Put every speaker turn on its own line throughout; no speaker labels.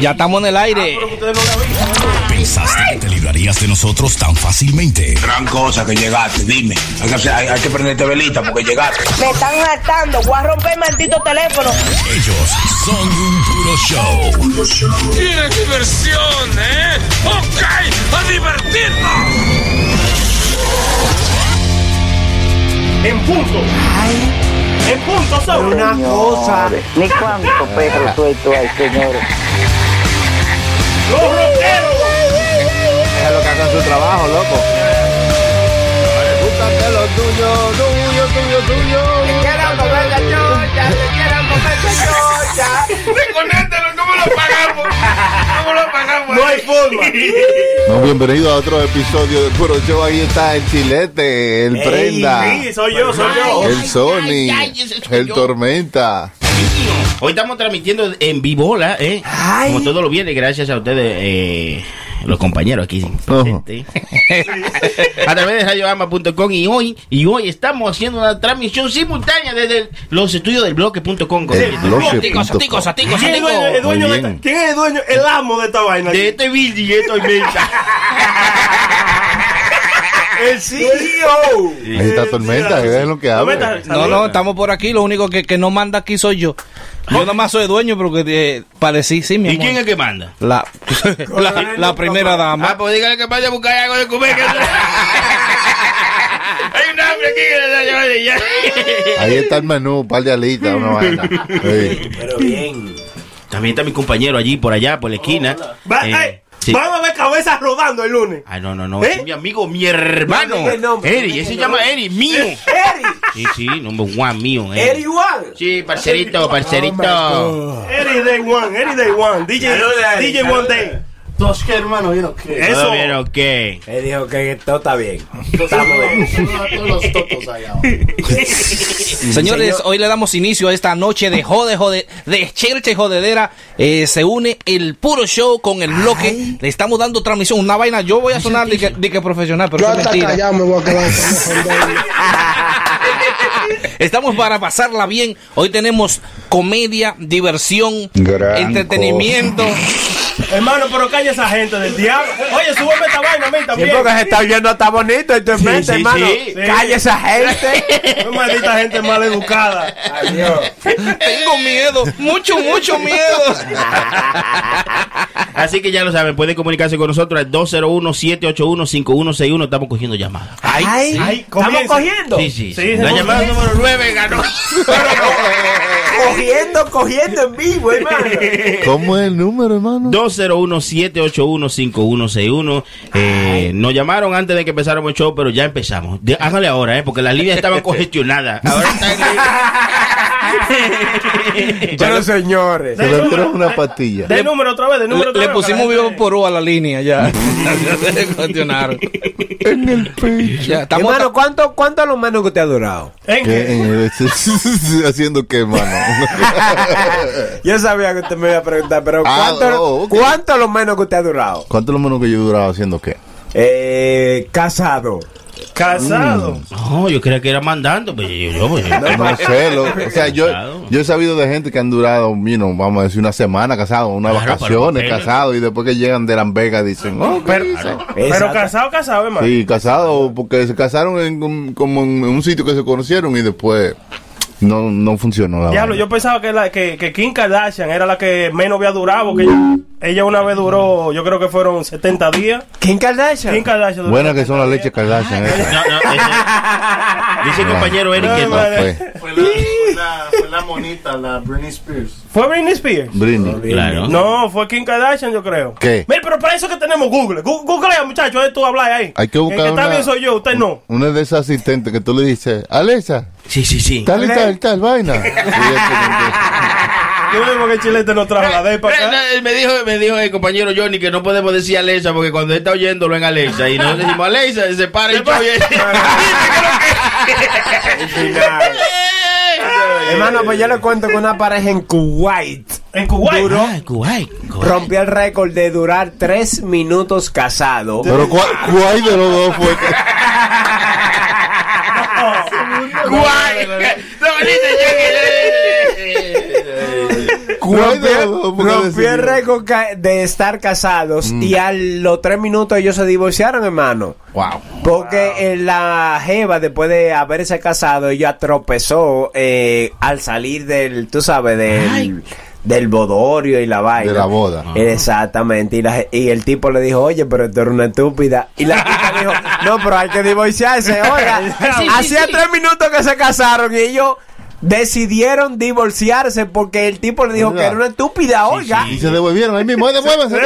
Ya estamos en el aire.
¿Pensaste que te librarías de nosotros tan fácilmente?
Gran cosa que llegaste, dime. Hay que, hacer- hay- hay que prenderte velita porque llegaste.
Me están hartando. Voy a romper el maldito teléfono.
Ellos son un puro show.
¡Qué diversión, eh! ¡Ok! ¡A divertirnos!
En punto. En punto son.
Una cosa. Ni cuánto perro suelto hay, señor.
Los rockeros.
Déjalo que hagan su trabajo, loco. Búscate lo tuyo, tuyo, tuyo, tuyo.
¡Desconéctalo! ¿Cómo lo pagamos? ¿Cómo lo pagamos?
No hay forma.
No, bienvenido a otro episodio de Puro Show. Ahí está el Chilete, el Prenda,
Ey, sí, soy yo, soy yo.
el Sony,
ay, ese soy
el
yo.
Tormenta.
Hoy estamos transmitiendo en vivola, ¿eh? Como todos los viernes, gracias a ustedes, eh, los compañeros aquí Este. presentes. a través de radioama.com y hoy, y hoy estamos haciendo una transmisión simultánea desde el- los estudios del bloque.com.
El
Tico, tico,
bloque.
tico,
¿Quién
tico.
es dueño- el dueño
Muy
de esta-
bien.
¿Quién es el dueño? El amo de esta vaina.
Oh, De este building y esto es
El E CEO.
Ahí está Tormenta, que dejen lo que hable.
Tormenta,
No, no,
saluda.
estamos por aquí. Lo único que, que no manda aquí soy yo. Yo nada más soy dueño porque eh, parecí, sí, mi
¿Y
amor.
quién es el que manda?
La, la, la primera
Ah,
dama.
pues dígale que vaya a buscar algo de comer. que- Hay un hambre aquí que le da ya, ya.
Ahí está el menú, un par de alitas, una vaina. Sí.
También está mi compañero allí, por allá, por la esquina.
Va-
Eh,
ay,
sí.
Vamos a ver cabezas rodando el lunes.
Ah, no, no, no.
¿Eh?
ese es mi amigo, mi hermano.
Dime el nombre,
Eri,
dime
ese
el
se llama Eri, mío.
Eri,
Sí, sí, nombre Juan mío. eh. Eri.
Eri One.
Sí, parcerito, parcerito.
Eri Day One, Eri Day One. DJ, DJ One Day.
Dos que hermano, yo no qué.
¿Todo
Eso.
bien o qué?
Él dijo que esto está bien. Estamos bien. los totos allá.
Señores, hoy le damos inicio a esta noche de jode, jode, de chelcha y jodedera. Eh, se une el puro show con el bloque. Le estamos dando transmisión. Una vaina, yo voy a sonar de que, de que profesional, pero eso es mentira.
me voy a quedar.
Estamos para pasarla bien. Hoy tenemos comedia, diversión,
Gran
entretenimiento.
Hermano, pero calla esa gente del diablo. Oye, súbeme esta vaina a mí también.
Porque se está oyendo está bonito y tú enfrente,
sí,
hermano.
sí.
Calle esa gente.
Qué maldita gente mal educada.
Tengo miedo, mucho, mucho miedo.
Así que ya lo saben, pueden comunicarse con nosotros al 201-781-5161. Estamos cogiendo llamadas.
Ay,
ay,
estamos
comienza.
cogiendo.
Sí, sí. sí.
Sí,
La
sí,
llamada
sí.
número 9 ganó.
Cogiendo, cogiendo en vivo, hermano.
¿Cómo es el número, hermano?
201-781-5161. Eh, nos llamaron antes de que empezáramos el show, pero ya empezamos. De- hágale ahora, ¿eh? porque las líneas estaban congestionadas. Ahora están
Pero señores.
Se le dieron una pastilla.
De número otra vez, de eh, número
Le,
otra
le
vez.
pusimos
para la
vivo
gente.
por U a la línea ya. Se cuestionaron.
En el pecho.
Ya, estamos
hermano, ¿cuánto, ¿cuánto es lo menos que usted ha durado?
¿En
¿Qué?
qué?
Eh, ¿Haciendo qué, hermano?
Yo sabía que usted me iba a preguntar, pero
Ah,
¿cuánto,
oh, ok.
¿cuánto es lo menos que usted ha durado?
¿Cuánto es lo menos que yo he durado haciendo qué?
Eh, casado.
Casado.
No, yo creía que era mandando, pues yo, yo, pues, yo-
Mm, No sé, lo- o sea, yo, yo he sabido de gente que han durado, you know, vamos a decir, una semana casado, unas
Claro,
vacaciones
para los
casado, y después que llegan de Las Vegas dicen, oh, ¿qué hizo?".
Pero
Exacto.
casado, casado, hermano.
Sí, casado, porque se casaron en, un- como en un sitio que se conocieron y después no, no funcionó la
Diablo,
vaina.
yo pensaba que, la, que, que Kim Kardashian era la que menos había durado, porque ella, ella una vez duró, yo creo que fueron 70 días.
¿Quién Kardashian?
Kim Kardashian duró.
Buenas que ¿eh? son las leches Kardashian.
Ah,
esas.
No, no, eso- Dice el compañero Eric que
No
no.
ah, fue.
Fue la, monita, la Britney Spears. ¿Fue Britney Spears?
Britney.
Claro.
No, fue Kim Kardashian, yo creo.
¿Qué?
Mira, pero para eso que tenemos Google. Gu- Googlea, muchachos, ahí tú hablas ahí.
Hay que buscar
El que está
una-
bien soy yo, usted no.
Una de esas asistentes que tú le dices, Alexa,
Sí, sí, sí.
tal y tal, tal vaina. Y ella
Yo veo que el chilete no trajo la de él para
Eh,
acá.
no, él Me dijo, me dijo el compañero Johnny que no podemos decir Alexa porque cuando él está oyéndolo en Alexa y nosotros decimos Alexa, se para y yo
Hermano, pues yo le cuento que una pareja en Kuwait
En Kuwait.
Ah,
rompió el récord de durar tres minutos casado.
Pero ¿cuál, cuál de los dos fue? que-
Guay. No, dice yo que-
acuerdo. porque
Rompió el
decidió.
récord ca- de estar casados
Mm.
y a los tres minutos ellos se divorciaron, hermano.
Wow.
Porque eh, la Jeva, después de haberse casado, ella tropezó eh, al salir del, tú sabes, del, del bodorio y la vaina.
De la boda.
Eh, Exactamente. Y, la- y el tipo le dijo, oye, pero tú eres una estúpida. Y la tipa dijo, no, pero hay que divorciarse. Oiga, hacía tres minutos que se casaron y ellos decidieron divorciarse porque el tipo le dijo que
¿Verdad?
era una estúpida, oiga.
Y se devolvieron ahí mismo. ¡Ay, devuélvanse!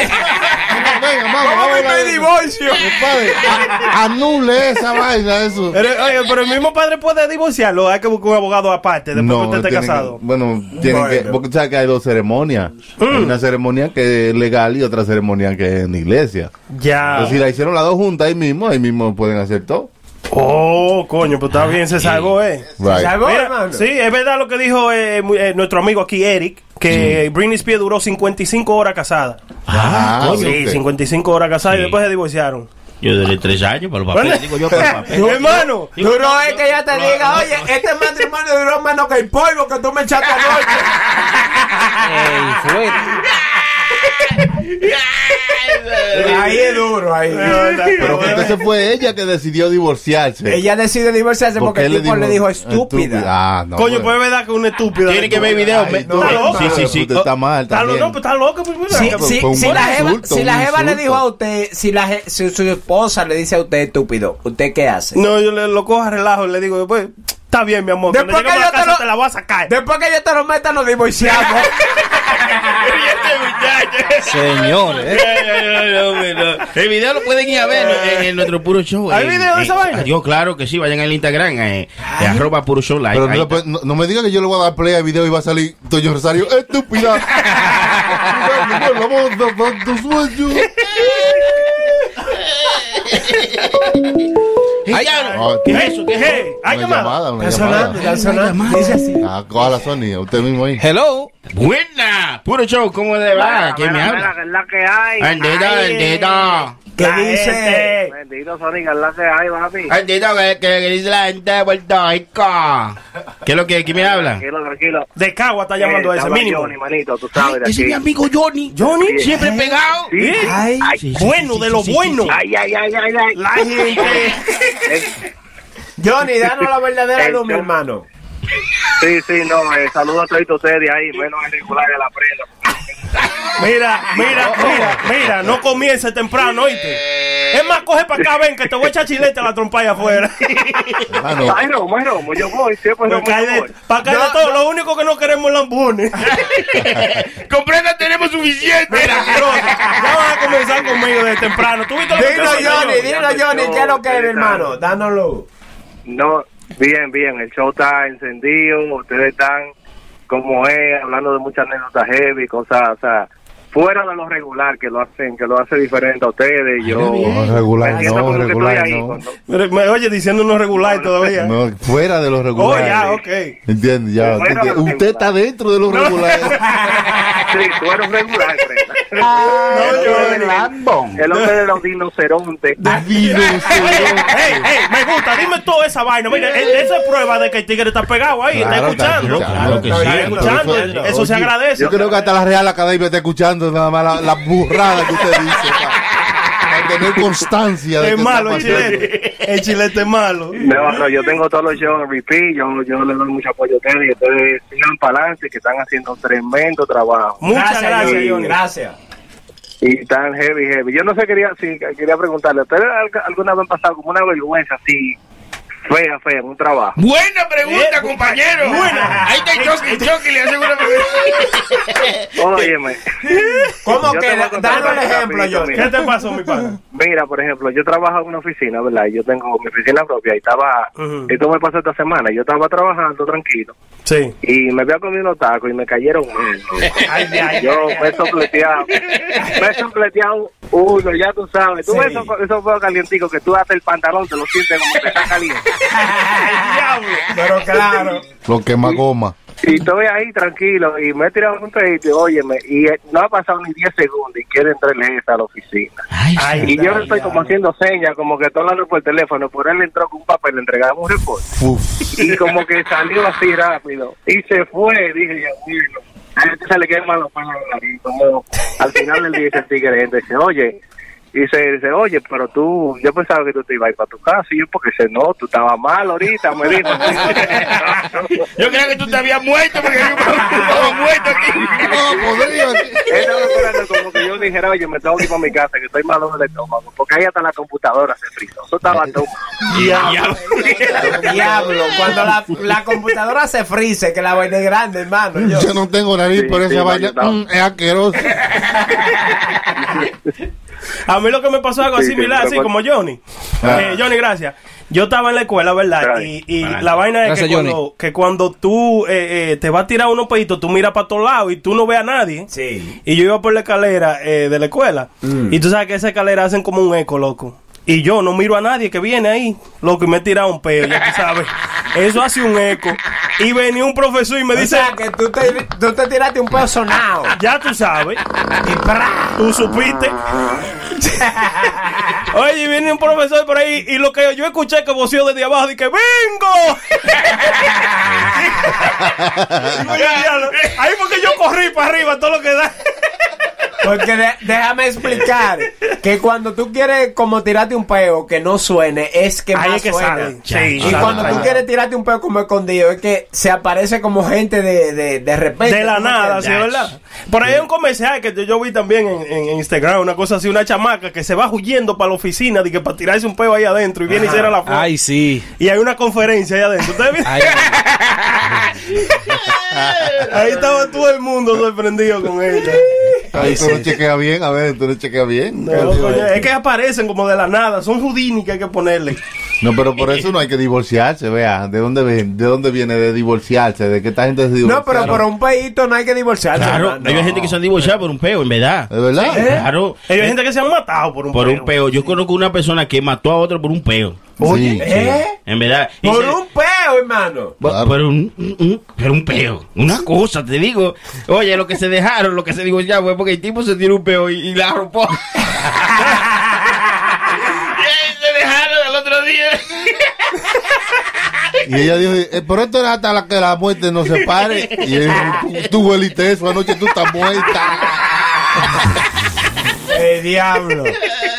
Venga, venga, vamos,
Vamos a
vamos,
pedir
vamos.
divorcio.
Compadre, a- anule esa vaina, eso.
Pero, oye, pero el mismo padre puede divorciarlo. Hay que buscar un abogado aparte después que usted esté
tienen que-
casado.
bueno, tienen
Bueno.
que. Porque tú sabes que hay dos ceremonias.
Mm.
Hay una ceremonia que es legal y otra ceremonia que es en iglesia.
Ya.
Pero si la hicieron las dos juntas ahí mismo, ahí mismo pueden hacer todo.
Oh, coño, pues está bien, se salvó, eh.
Right.
¿Salvó,
Mira,
hermano?
sí, es verdad lo que dijo eh, mu- eh, nuestro amigo aquí, Eric, que Britney Spears duró 55 horas casada.
Ah,
sí,
ok.
55 horas casada y
Sí.
después se divorciaron.
Yo duré tres años para los papeles. Digo yo para los papeles.
hermano,
Digo,
Tú
no,
no es que ella te
no,
diga,
no,
oye, este matrimonio duró menos que el polvo que tú me echaste anoche.
Ey, fuerte.
ahí es duro, ahí.
Pero que entonces fue ella que decidió divorciarse.
Ella decide divorciarse porque,
él
el tipo le dijo estúpida.
Ah, no.
coño, pues
bueno.
es verdad que es una estúpida.
Tiene que ver video.
Ay,
me-
no,
Está loco.
sí, sí, sí.
Usted
Está mal.
Está lo- no, pues está loco, pues mira.
Si,
que-
Fue
si-
un
si
buen
la jeva,
insulto,
si la
un
jeva le
insulto.
dijo a usted, si la je- si su esposa le dice a usted estúpido, ¿usted qué hace?
No, yo le, lo cojo a relajo y le digo, pues, está bien, mi amor.
Después
Cuando
que
lleguemos a
yo
la
te lo-
casa te la voy a sacar.
Después que yo te lo meta, nos divorciamos.
Señores.
Ay, ay, ay, no, hombre, no. El video lo pueden ir a ver en, en nuestro puro show.
¿Hay
en-
video de
en-
esa vaina?
Yo, claro que sí, vayan al Instagram, eh, de arroba puro show live.
Pero no,
Ahí
le puede- no- no me diga que yo le voy a dar play al video y va a salir Toño Rosario, estúpida. Vamos, vamos, vamos, sueño.
está.
Ay,
Ay,
no.
¿Qué es eso? ¿Qué es eso?
Hey, hay
Una
llamada.
llamada, una llamada.
Dice así.
Ah, coja la Sony, usted mismo ahí.
Hello.
Buena, puro show, ¿cómo le va? ¿Quién me habla?
Es la que hay.
Andito, andito.
¿Qué
La
dice?
gente.
Bendito Sonic, es la que hay, papi.
Andito, que, que que dice la gente de Puerto Rico. ¿Qué es lo que? ¿Quién me habla?
Tranquilo, tranquilo.
De Cagua está llamando a
Eh,
ese
estaba
mínimo.
Johnny, manito, tú sabes,
Ese
de
es
aquí.
mi amigo Johnny. Johnny, siempre pegado.
Sí.
¿Eh?
Ay,
Sí, sí,
Bueno,
sí,
de
sí,
lo
sí, sí,
bueno.
sí.
Ay, ay, ay, ay, ay.
La gente.
Johnny, danos la verdadera
El
luz, mi
Johnny.
hermano.
Sí, sí, no, eh, saludos a todos ustedes de ahí, menos el regular de la prenda.
Oh, Mira, mira, mira, mira, no comience temprano, ¿oíste? Es más, coge para acá, ven, que te voy a echar chilete a la trompa allá afuera.
Hermano,
Ay, Romo, ay, Romo, yo voy, siempre Romo, yo voy.
Para acá de todo, lo único que no queremos es lambones.
Comprenda, tenemos suficiente.
Mira, asqueroso. ya van a comenzar conmigo desde temprano. ¿Tú viste lo que te
Dino
mandé yo?
Johnny, dino
Yo-
Johnny, ¿qué es lo que es,
yo-
hermano? Danos luz.
No, bien, bien, el show está encendido, ustedes están como es, hablando de muchas anécdotas heavy, cosas, o sea, fuera de lo regular que lo hacen, que lo hace diferente a ustedes, yo...
no,
me
regular
siento
no,
como que estoy
regular
ahí,
no.
cuando-
Pero Me oye diciendo no regular todavía.
No, fuera de los
oh,
regulares.
ya, ok.
Entiende, ya.
Fuera de los
eh. Usted está dentro de los regulares.
Sí, tú eres regular, prenda.
No, Johnny.
El hombre de los dinocerontes.
Ey, ey, me gusta, dime toda esa vaina. Mira, e- esa es prueba de que el tigre está pegado ahí,
Claro,
está escuchando.
está
Claro que
está
sí.
escuchando,
Pero eso-
eso, se
oye,
agradece.
Yo creo que hasta la Real Academia está escuchando nada más la, la burrada que usted dice. Para, para tener constancia de
es
que
malo el
está pasando.
chilete. El chilete es malo.
No, no, yo tengo todos los shows en repeat, yo, yo le doy mucho apoyo a ustedes y ustedes sigan para adelante, que están haciendo un tremendo trabajo.
Muchas gracias,
Johnny.
Johnny.
Gracias.
Y tan heavy, heavy. Yo no sé, quería, sí, quería preguntarle, ¿ustedes alg- alguna vez han pasado como una vergüenza así fea, fea en un trabajo?
Buena pregunta,
Eh,
compañero.
buena.
Ahí está Chucky, Chucky le hace una pregunta.
Óyeme.
¿Cómo
Yo
que?
te voy a contar
Danos el
algo
ejemplo,
rapidito,
Johnny.
¿Qué te pasó, mi pana?
Mira, por ejemplo, yo trabajo en una oficina, ¿verdad? Y Yo tengo mi oficina propia y estaba,
Ujú.
esto me pasó esta semana, yo estaba trabajando tranquilo
Sí.
y me había comido unos tacos y me cayeron mil.
Ay, ay,
Yo me he sopleteado, me he sopleteado uno, ya tú sabes. Tú
Sí.
ves esos esos fuegos calienticos que tú haces el pantalón, te lo sientes como que está caliente.
ay, diablo.
Pero claro.
Lo quema goma.
Y estoy ahí tranquilo y me he tirado un pedito, y óyeme, y eh, no ha pasado ni 10 segundos y quiere entrarle esa a la oficina.
Ay,
Y yo le
ay,
estoy
ay.
como haciendo señas, como que estoy hablando por teléfono, por él entró con un papel, le entregamos un reporte.
Uf.
Y como que salió así rápido y se fue, dije yo, bueno. a este se le queman los palos de la nariz, como al final del día dice el tigre, gente, dice, oye, y se dice, oye, pero tú, yo pensaba que tú te ibas a ir para tu casa, y yo, porque dice, no, tú estabas mal ahorita, me dijo.
Yo creo que tú te habías muerto porque yo estaba muerto aquí.
No, Estaba esperando como que yo dijera, oye, me tengo que ir para mi casa, que estoy malo del estómago, porque ahí hasta la computadora se frizó, eso estaba todo.
Diablo.
Diablo, cuando la, la computadora se frise, que la vaina es grande, hermano. Yo.
Yo no tengo nariz
Sí,
por esa
sí,
vaina.
no, yo
Mm, es asqueroso.
Eh, A mí lo que me pasó algo
Sí, sí,
similar,
pero
así
cuando-
como Johnny.
Ah.
Eh, Johnny, gracias. Yo estaba en la escuela, ¿verdad? Y,
Gracias.
y la vaina es
Gracias,
que cuando, que cuando tú eh, eh, te vas a tirar unos peditos, tú miras para todos lados y tú no ves a nadie.
Sí. Mm.
Y yo iba por la escalera eh, de la escuela. Y tú sabes que esa escalera hacen como un eco, loco. Y yo no miro a nadie que viene ahí, loco, y me he tirado un pedo, ya tú sabes. Eso hace un eco. Y venía un profesor y me
O
dice,
sea, que tú te, tú te tiraste un pedo sonado.
ya tú sabes.
Y ¡prá!
Tú supiste.
Ah.
Oye, y viene un profesor por ahí y lo que yo escuché que voció desde abajo, dije, ¡vengo! Digo, "Ya, diablo". eh, ahí porque yo corrí para arriba, todo lo que da.
Porque de- déjame explicar que cuando tú quieres como tirarte un peo que no suene, es que
Ahí
más
es que
suena.
sale. Sí,
Y
sale,
cuando
sale.
tú quieres tirarte un peo como escondido, es que se aparece como gente de, de, de repente.
De la
¿tú me
nada, sí,
entiendes?
¿verdad? Por ahí hay un comercial que yo vi también en, en Instagram, una cosa así, una chamaca que se va huyendo para la oficina, de que para tirarse un peo ahí adentro y viene y cierra la puerta.
Ay, sí.
Y hay una conferencia ahí adentro. ¿Ustedes vieron?
Ay,
Ahí estaba todo el mundo sorprendido con ella.
Ay, tú no chequeas bien, a ver, tú no chequeas bien.
No, coño, es que aparecen como de la nada. Son Houdini que hay que ponerle.
No, pero por eso no hay que divorciarse, vea. ¿De dónde, ve- de dónde viene de divorciarse? ¿De qué esta gente se divorcia?
No, pero por un peito no hay que divorciarse.
Claro,
hermano.
hay gente que se han divorciado por un peo, en verdad.
¿De verdad?
Claro.
Hay gente que se han matado por un
Por
peo.
un peo. Yo conozco una persona que mató a otro por un peo.
Oye,
¿Eh?
En verdad. Y
Por
se-
un peo, hermano.
Por- por un, un- un- pero un peo. Una cosa, te digo. Oye, lo que se dejaron, lo que se digo ya fue porque el tipo se tiró un peo y, y la arropó. y ahí se dejaron al otro día.
Y ella dijo, eh, pero esto era hasta la que la muerte nos separe. Y él dijo, tú, tú hueliste eso, anoche tú estás muerta.
El diablo.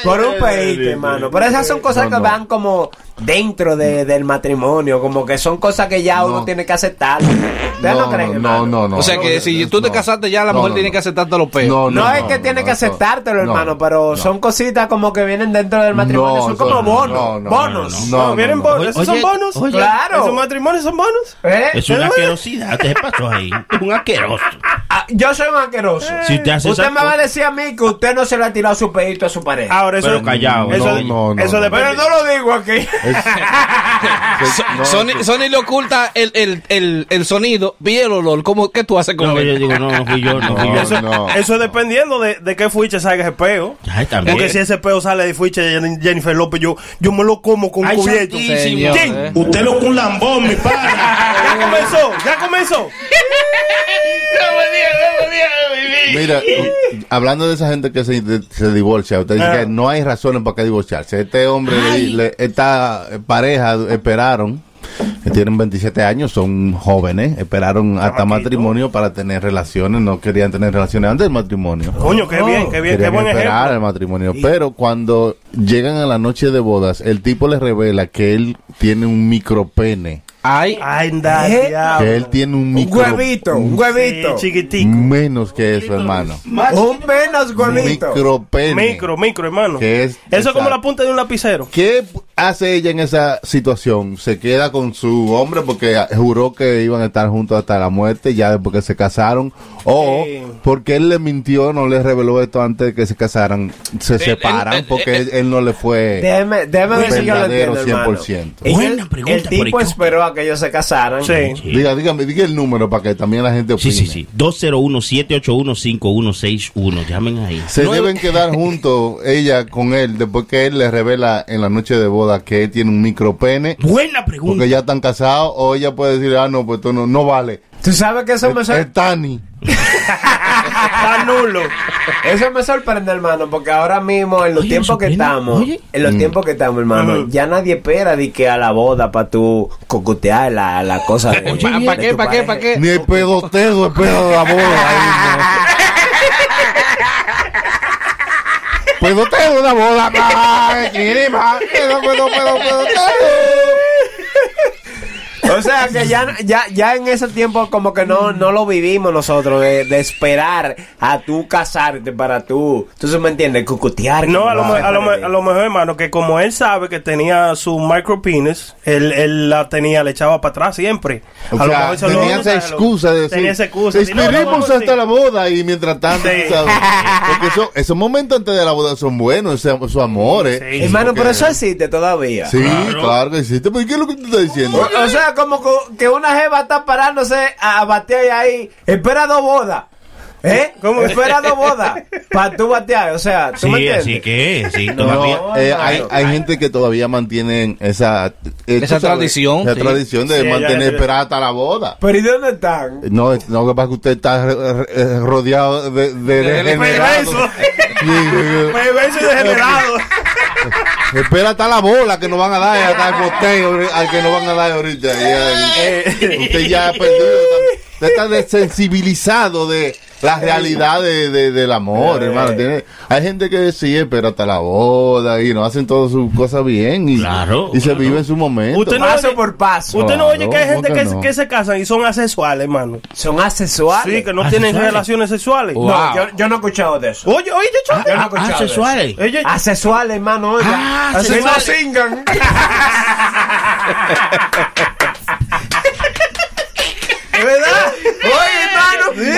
Por un peito, hermano. Pero esas son cosas
No,
que
no.
van como dentro de- del matrimonio. Como que son cosas que ya uno
No.
tiene que aceptar. ¿Ustedes no, creen, hermano?
no, no, no.
o sea que
No,
si
no,
tú te
no.
casaste ya, la
No,
mujer
no,
tiene
no.
que aceptarte los peos.
No, es que tiene que
eso-
aceptártelo,
no,
hermano, pero
no.
son cositas como que vienen dentro del matrimonio,
No,
son
eso
como
no,
bonos,
no, no,
bonos.
No,
No,
no,
vienen
no.
bonos. ¿Esos
Oye,
son bonos?
oye.
Claro.
¿Esos matrimonios son bonos?
¿Eh?
Es una asquerosidad. Te pasó ahí. Es un asqueroso. Eh,
Ah, yo soy un asqueroso.
Si te hace
Usted
esa
me va a
cosa-
decir a mí que usted no se le ha tirado su pedito a su pareja.
Ahora eso
Pero callado,
Eso,
no, no, no,
eso
no.
depende.
pero no lo digo aquí.
Se- no,
Sony,
se-
Sony le oculta el, el, el, el sonido y el olor. ¿Cómo, ¿Qué tú haces con
No,
él?
yo digo, no, no fui yo, no fui
No,
yo.
eso,
no.
eso es dependiendo de, de qué fuiche salga ese peo.
Ay, también.
Porque si ese peo sale de fuiche de Jen- Jennifer López, yo, yo me lo como con
Ay,
cubierto.
santísimo.
¿Quién?
Señor, eh.
Usted lo con un lambón, mi padre. ya comenzó, ya comenzó.
Mira, u- hablando de esa gente que se, de- se divorcia, usted dice
Ah.
que no hay razones para que divorciarse. Este hombre, le- le- esta eh, pareja esperaron, eh, tienen 27 años, son jóvenes, esperaron hasta matrimonio para tener relaciones, no querían tener relaciones antes del matrimonio.
Coño, qué bien, qué bien, qué
Querían
buen
esperar
ejemplo.
el matrimonio. Pero cuando llegan a la noche de bodas, el tipo les revela que él tiene un micropene.
Ay,
Ay, anda,
¿Eh?
Que
diablo.
él tiene un
Un
micro...
huevito, un huevito.
Sí, chiquitico.
Menos que eso, hermano.
un menos huevito.
Micropene.
Micro, micro, hermano.
Que es-
Eso es como
exacto.
la punta de un lapicero.
¿Qué hace ella en esa situación? ¿Se queda con su hombre porque juró que iban a estar juntos hasta la muerte, ya después que se casaron? ¿O
Sí.
porque él le mintió, no le reveló esto antes de que se casaran? ¿Se separan
él-
porque
él-
él, él no le fue...
Déjeme, déjeme ver si yo lo
verdadero
entiendo, hermano.
100%.
Y
Buena
el-
pregunta,
El tipo
Boricua.
esperó a que ellos se casaran.
Sí.
Diga, dígame, diga el número para que también la gente
Sí,
opine.
sí, sí. 201-781-5161. Llamen ahí.
Se deben quedar juntos ella con él después que él le revela en la noche de boda que él tiene un micropene
Buena pregunta.
porque ya están casados o ella puede decir, ah, no, pues esto no, no vale.
Tú sabes que eso me
Es,
suena-
es Tani.
Está nulo.
Eso me sorprende, hermano, porque ahora mismo, en los
Oye, me
tiempos que
sorprende.
estamos,
Oye.
en los tiempos que estamos, hermano,
Ujú.
ya nadie espera de que a la boda para tú cocotear la, la cosa. de-
Oye, ¿pa-
de
pa'
tu
qué, pa' qué,
este pareja.
pa' qué?
Ni el pedoteo espera la boda. ahí, Pues no. Pedoteo una boda. pa, chirima, pedo, pedo, pedo, pedoteo.
O sea, que ya, ya, ya en ese tiempo como que no, no lo vivimos nosotros, de, de esperar a tú casarte para tú. ¿Tú se me entiendes? Cocotear.
No,
como
a lo,
la
me- a, lo,
pareja.
me- a lo mejor, hermano, que como él sabe que tenía su micro penis, él, él la tenía, le echaba para atrás siempre.
O
a lo
sea,
mejor se lo-
tenía esa excusa de decir,
Tenía esa excusa. Si no, no,
Esperemos
no,
hasta
sí.
la boda y mientras tanto,
Sí.
¿sabes? Porque eso- esos momentos antes de la boda son buenos, ese- esos amores.
Sí.
Hermano,
Porque-
pero eso existe todavía.
Sí, claro, que existe. ¿Pero qué es lo que tú estás diciendo?
O, o sea, como co- que una jeva está parándose a, a batear ahí. Espera dos bodas. ¿Eh? ¿Cómo? Espera dos bodas. Para tú batear. O sea, ¿tú me
Sí,
entiendes?
así que, sí,
No,
todavía.
eh, hay,
claro.
hay gente que todavía mantienen esa, eh,
Esa
tú sabes,
tradición,
Esa
sí.
tradición de
Sí, ya,
mantener
ya, ya.
esperada hasta la boda.
Pero ¿y dónde están?
No, es- no, que pasa que usted está re- re- rodeado de, de, degenerados.
perverso.
Sí, eh,
Perverso y degenerado.
espera hasta la bola que nos van a dar, hasta el boteo al que nos van a dar ahorita. Y, eh, usted ya ha perdido, está- usted está desensibilizado de la realidad de, de- del amor, hermano. Tiene- hay gente que sí espera hasta la boda y no hacen todas sus cosas bien y,
Claro,
y se
claro.
vive en su momento.
Usted no-
Paso por paso.
Usted no oye que
Claro,
hay gente
¿cómo
que,
que no?
que se casan y son asexuales, hermano.
Son asexuales.
Sí, que no tienen
¿Asexuales?
relaciones sexuales.
Wow.
No, yo, yo no he escuchado de eso.
Oye, oye, chacho.
Yo no he
Ah,
escuchado. de eso.
sexuales.
Oye,
Asexuales, hermano. oiga.
Ah,
Que
asexuales.
no singan. ¿Es ¿Verdad? Oye, hermano.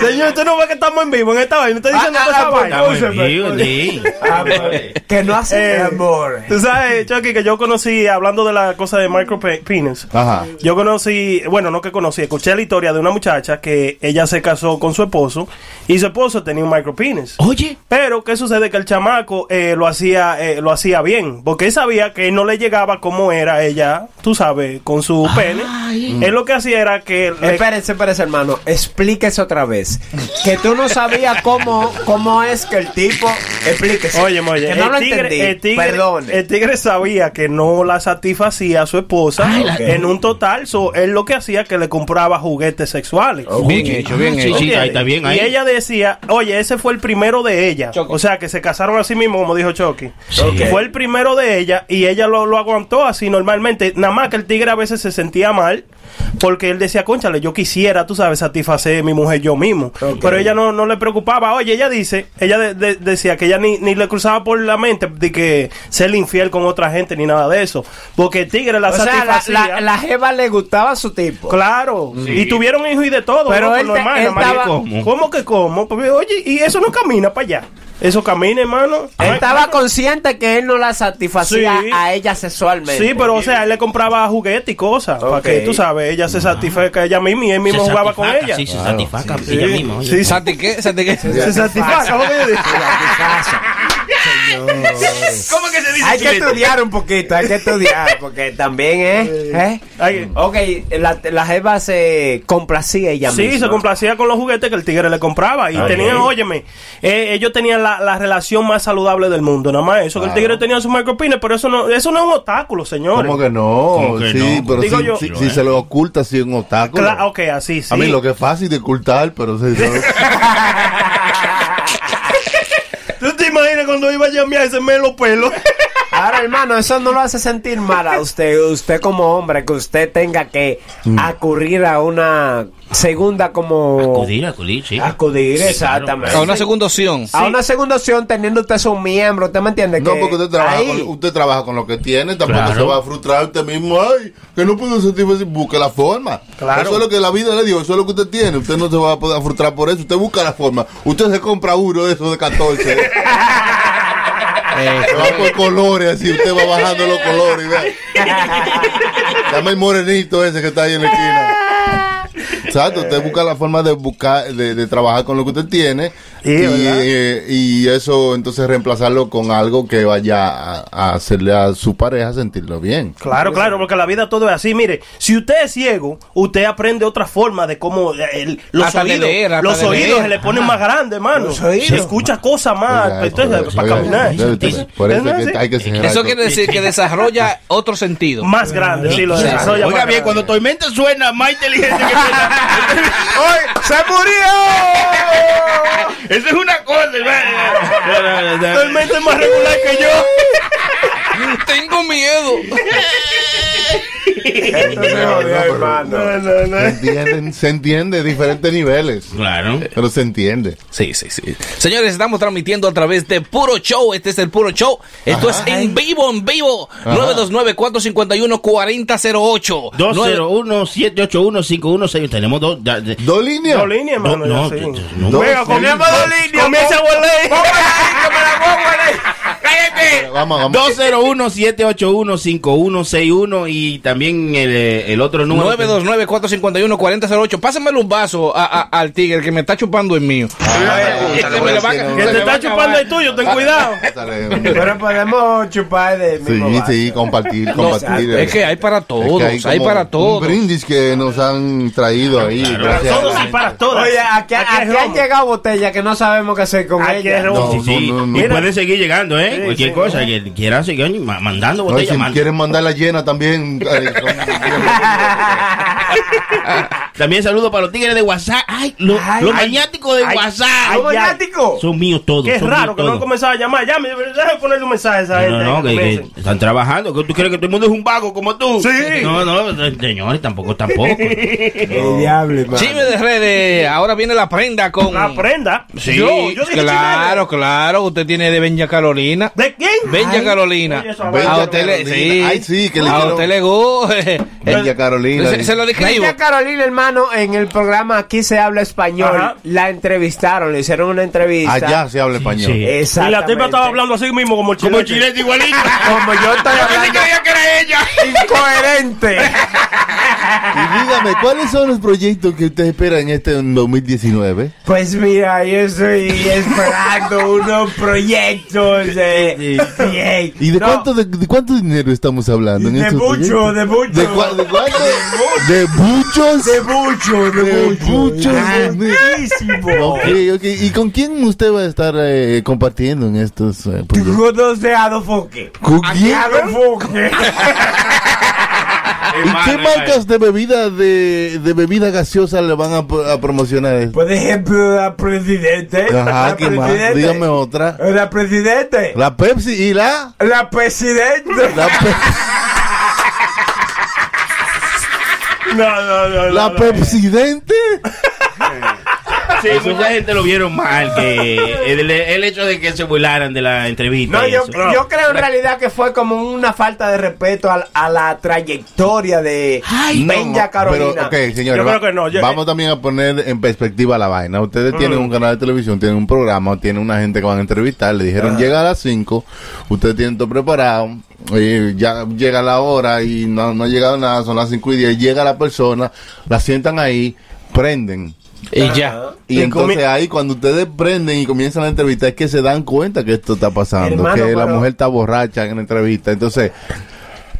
Señor, usted no ve que estamos en vivo en esta vaina. Usted diciendo
Ah, ah,
toda esa
ah,
vaina.
bueno.
Estamos en vivo, sí.
Ah, que no hacen
Eh,
amor.
Tú sabes, Chucky, que yo conocí, hablando de la cosa de micro pe- penis,
Ajá.
yo conocí, bueno, no que conocí, escuché la historia de una muchacha que ella se casó con su esposo y su esposo tenía un micro penis.
Oye,
Pero, ¿qué sucede? Que el chamaco eh, lo hacía eh, lo hacía bien, porque él sabía que no le llegaba como era ella, tú sabes, con su pene.
Mm.
Él lo que hacía era que... le-
Espérense, espérense, hermano. Explíquese otra vez. Que tú no sabías cómo, cómo es que el tipo. Explíquese.
Oye, oye,
Que no
el,
lo
tigre,
entendí.
el tigre-
Perdone.
el tigre sabía que no la satisfacía a su esposa
la-
en un total. so, él lo que hacía que le compraba juguetes sexuales.
Bien hecho, bien
Ah,
hecho.
Sí, ahí está bien, ahí.
Y ella decía, oye, ese fue el primero de ella. O sea, que se casaron así mismo, como dijo Chucky.
Sí.
Fue el primero de ella y ella lo, lo aguantó así normalmente. Nada más que el tigre a veces se sentía mal porque él decía, conchale, yo quisiera, tú sabes, satisfacer a mi mujer yo mismo. Pero ella no, no le preocupaba. Oye, ella dice, ella de- de- decía que ella ni, ni le cruzaba por la mente de que ser infiel con otra gente ni nada de eso. Porque el tigre la
o sea, la,
satisfacía.
la, la jeva le gustaba a su tipo.
Claro, y tuvieron hijos y de todo.
Pero
loco,
él te-
normal,
él
normal.
estaba-
¿Cómo? ¿Cómo que cómo? Pues, oye, y eso no camina para allá. Eso camina, hermano.
Él
Ay,
estaba consciente que él no la satisfacía
Sí.
a ella sexualmente.
Sí, pero o sea, él le compraba juguetes y cosas. Para
Ok.
que tú sabes, ella se satisfaca ella misma y él mismo
Se
jugaba con
satisfaca,
ella.
Sí, se satisfaca
Sí,
ella misma. oye.
sí, sí,
¿Sati qué? ¿Sati qué?
se satisfaca. ¿cómo que yo digo?
¿Cómo que se dice
Hay que
chuleta?
estudiar un poquito, hay que estudiar, porque también ¿eh? ¿eh?
Ay,
Ok, la, la jeva se complacía ella
Sí,
misma.
se complacía con los juguetes que el tigre le compraba. Y tenían, óyeme, eh, ellos tenían la, la relación más saludable del mundo. Nada más eso, que el tigre tenía su micropines, pero eso no, eso no es un obstáculo, señores.
¿Cómo que no?
¿Cómo que
sí,
no? eh.
pero
Digo
si,
yo- ¿eh?
si- si se lo oculta, si es un obstáculo.
Cla- ok, así sí.
A mí lo que es fácil de ocultar, pero sí, no.
¿Tú te imaginas cuando iba a llamar ese melo pelo?
Ahora, hermano, eso no lo hace sentir mal a usted, usted como hombre, que usted tenga que
Mm.
acudir a una segunda como...
Acudir, acudir, sí.
Acudir,
Sí, claro,
exactamente.
A una segunda opción.
Ah,
A una segunda opción teniendo usted su miembro, ¿usted me entiende?
No,
Eh,
Que
porque usted trabaja,
ahí-
con, usted trabaja con lo que tiene, tampoco
Claro.
se va a frustrar usted mismo. Ay, que no puedo sentir, pues, busque la forma.
Claro.
Eso es lo que la vida le dio, eso es lo que usted tiene. Usted no se va a poder frustrar por eso, usted busca la forma. Usted se compra uno de esos de 14. Se va por colores, así usted va bajando los colores. vea. Llama el morenito ese que está ahí en la esquina. Exacto, usted busca la forma de buscar, de, de trabajar con lo que usted tiene
Sí,
y,
¿verdad?
eh, y eso entonces reemplazarlo con algo que vaya a, a hacerle a su pareja sentirlo bien.
Claro, claro, porque la vida todo es así. Mire, si usted es ciego, usted aprende otra forma de cómo eh, el- los
Hasta de
oídos,
leer, hasta
los
de
oídos
leer.
se le ponen más grandes, hermano.
Los oídos.
Se escucha cosas más pues,
Oiga,
entonces,
oiga,
para
oiga,
caminar.
debe tener- por eso es que hay que exagerar
Eso
todo.
quiere decir que desarrolla otro sentido.
Más grande, sí, lo
Sí, sí.
desarrolla.
Oiga
más
bien,
grande.
cuando Tormenta suena más inteligente que
¡Ay, se murió!
Eso es una cosa, hermano.
Tormenta es más regular que yo.
Tengo miedo.
Esto se jodió, hermano.
Se entienden- se entiende diferentes niveles,
Claro.
pero se entiende.
Sí, sí, sí. Señores, estamos transmitiendo a través de Puro Show. Este es el Puro Show. Esto es en vivo, en vivo. 929-451-4008.
201-781-5161. Tenemos dos. da- de-
Dos líneas.
Dos líneas,
No, no,
hermano. ya, sí.
yo- yo- no.
Venga, comienza dos líneas. Comienza a volver.
Vamos, vamos.
201-781-5161 y también el, eh, el otro número.
929-451-4008. Pásenmele un vaso a- a- al tigre que me está chupando el mío.
Pregúntale,
me la va a-
Que
Que te está chupando el tuyo, ten cuidado.
Pásale, hombre.
Pero podemos chupar de
Sí,
mismo vaso.
sí, compartir, compartir.
Es que hay para todos,
que
hay
como
para todos.
Un brindis que nos han traído ahí. gracias a
Todos
la
y para todas.
Oye, aquí,
Aquí es
aquí han
romo.
llegado botellas que no sabemos qué hacer con
Aquí es
ellas.
romo.
Sí, sí.
No, no, no,
y
no.
pueden seguir llegando, ¿eh? Cualquier cosa, que quieran seguir ma- mandando
No, y
botellas.
si
manden.
quieren mandar la llena también. eh, son-
También saludo para los tigres de WhatsApp. Ay, lo-
Ay,
los
ay.
mañáticos de
Ay,
WhatsApp.
¿Cómo,
Ay, ay.
Nático?
Son míos todos.
Que es
son míos
raro que no han
todos.
comenzado a llamar. Llame, déjame ponerle un mensaje a esa
No,
gente.
no, que, que
comiencen.
están trabajando. que ¿Tú crees que todo el mundo es un vago como tú?
Sí.
No, no, no, señores, tampoco, tampoco.
El diablo, hermano.
Chisme de redes. Ahora viene la prenda con.
La prenda.
Sí,
Yo, yo dije
claro,
claro.
claro. Usted tiene de Benja Carolina.
¿De quién?
Benja Carolina.
Oye, eso
a
Benja
usted le,
Carolina.
sí,
Ay, sí, que le
a
quiero-
usted le gusta.
Benja Carolina.
Se, se lo describo.
Doña Carolina, hermano, en el programa Aquí se habla español,
Ajá.
la entrevistaron, le hicieron una entrevista.
Allá se habla español.
sí.
Y
Exactamente.
la tipa estaba hablando así mismo como el chilete.
como chilete igualito.
Como yo estoy hablando
que era ella.
incoherente.
Y dígame, ¿cuáles son los proyectos que usted espera en este 2019?
Pues mira, yo estoy esperando unos proyectos. Eh, bien.
¿Y de,
No,
cuánto, de, de cuánto dinero estamos hablando? en
De
estos
mucho,
proyectos?
de mucho.
¿De, cua- de cuánto? ¿De muchos?
De mucho, de,
De
mucho.
muchos.
Ah,
Dios mío.
muchísimo.
Ok, ok. ¿Y con quién usted va a estar eh, compartiendo en estos eh, proyectos?
Conoce a Adolfoque.
¿Con quién?
Adolfoque.
¿Y qué marcas de bebida de, de bebida gaseosa le van a, pro- a promocionar esto?
Por ejemplo, la presidente.
Ajá,
la
¿qué más?
presidente.
Dígame otra.
La presidente.
La Pepsi y la.
La presidenta.
La, pe-
No, no, no.
la
no, no.
Pepsidente.
Sí, mucha gente lo vieron mal. Que el, el hecho de que se burlaran de la entrevista.
No,
y
yo,
eso.
yo creo en realidad que fue como una falta de respeto al- a, la trayectoria de Benja
No,
Carolina.
Pero, ok, señores.
Yo creo
va-
que no, yo- eh. Mm.
vamos también a poner en perspectiva la vaina. Ustedes tienen un canal de televisión, tienen un programa, tienen una gente que van a entrevistar. Le
Ah.
dijeron, llega a las 5. Ustedes tienen todo preparado. eh, ya llega la hora y no, no ha llegado nada. Son las 5 y 10. Llega la persona, la sientan ahí, prenden.
Y ya.
Y
Y
entonces
comi-
ahí cuando ustedes prenden y comienzan la entrevista es que se dan cuenta que esto está pasando,
Hermano,
que la
pero-
mujer está borracha en la entrevista. Entonces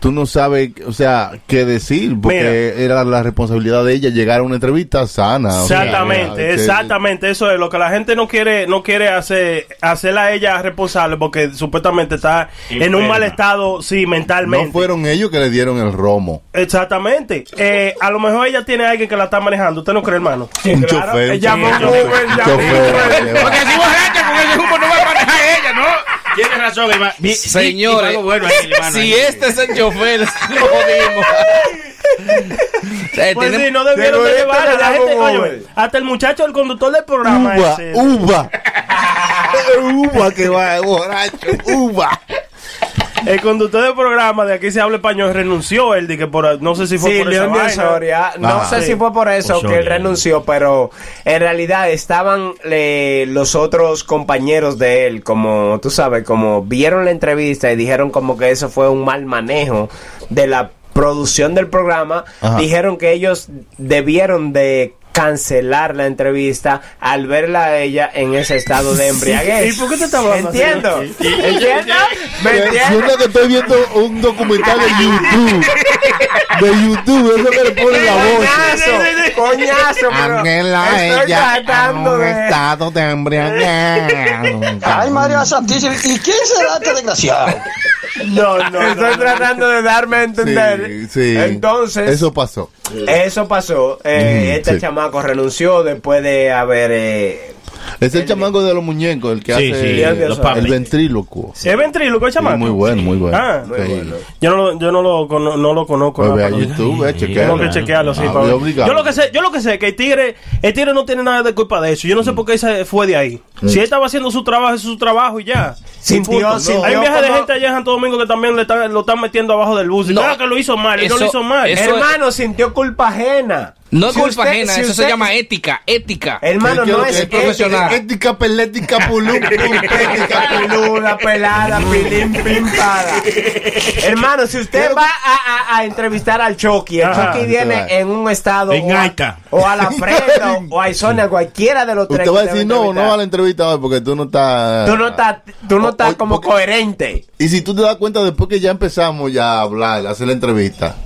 tú no sabes, o sea, qué decir, porque era la responsabilidad de ella llegar a una entrevista sana. o sea,
Exactamente,
que-
exactamente, eso es lo que la gente no quiere, no quiere hacer, hacerla a ella responsable porque supuestamente está en un
Enferma.
mal estado, sí, mentalmente.
No fueron ellos que le dieron el romo.
Exactamente. Eh, a lo mejor ella tiene a alguien que la está manejando. ¿Usted no cree, hermano?
Un chofer. un
Llamó
chofer,
Uber,
un
llamó
chofer,
Uber.
lleva-
Porque si borracha con ese humo no va a manejar ella, ¿no? Tienes razón, hermano. Mi- y- y
Señores,
algo bueno ahí, hermano, ahí.
eh. si
eh,
este es el chofer, lo jodimos. Eh,
Pues
tenemos-
sí, no debieron
Pero
de
este
llevar a
la
la gente.
llamó
Oye,
Uber.
hasta el muchacho, el conductor del programa
Uva,
ese.
uva. uva que va borracho, uva.
El conductor del programa de aquí se habla español renunció él, de que por, no sé si fue
Sí,
por esa
León de
vaina.
Soria. No
Ajá.
sé
Sí.
si fue por eso
Osorio.
que él renunció, pero en realidad estaban eh, los otros compañeros de él, como tú sabes, como vieron la entrevista y dijeron como que eso fue un mal manejo de la producción del programa.
Ajá.
Dijeron que ellos debieron de cancelar la entrevista al verla a ella en ese estado de embriaguez.
¿Y por qué te estás hablando así?
Entiendo. ¿Entiendo? ¿Me entiendes?
Siento que estoy viendo un documental de YouTube. De YouTube, eso que le pone la voz.
Coñazo, coñazo, pero estoy tratando de...
estado de embriaguez.
Santísima. ¿Y quién será este desgraciado?
No, no, estoy tratando de darme a entender.
Sí, sí.
Entonces,
Eso pasó.
eso pasó. Eh,
Mm,
este
sí.
chamaco renunció después de haber... eh,
Es el chamaco de los muñecos, el que
Sí,
hace
sí,
el,
los puppets.
ventrílocuo.
¿Es ventríloco,
Sí,
chamaco?
muy bueno, muy bueno.
Ah, muy
Sí.
bueno.
Yo no lo, yo no lo, cono- no lo conozco.
Pues
nada,
ve a
pero-
YouTube, eh, chequea.
Tengo que chequearlo, sí,
Ah,
pa' ver.
es obligado.
Yo lo que sé, yo lo que sé es que el tigre, el tigre no tiene nada de culpa de eso. Yo no
Mm.
sé por qué se fue de ahí. Si él estaba haciendo su trabajo, es su trabajo y ya.
Sintió-
Punto.
sintió
Hay un viaje de
como-
gente allá en Santo Domingo que también le están- lo están metiendo abajo del bus. Y
No.
claro que lo hizo mal, él no
Eso-
lo hizo mal.
eso-
hermano, sintió culpa ajena.
No es
Si
culpa
usted-
ajena,
si
eso se
usted-
llama ética, ética.
Hermano,
Yo quiero
no
que
es
el
profesional.
Ética, pelética, pulú,
Ética peluda, pelada, pilín, pimpada. Hermano, si usted va a, a- a entrevistar al Chucky, el
Ajá,
Chucky viene
claro.
en un estado
En
o, a,
alta.
o a la prenda o, o a Aizona, cualquiera de los tres.
Usted va a
que
decir,
va
no, no va a la entrevista hoy porque tú no estás...
Tú no estás, tú no
O-
estás
o-
como
porque-
coherente.
Y si tú te das cuenta después que ya empezamos ya a hablar, a hacer la entrevista,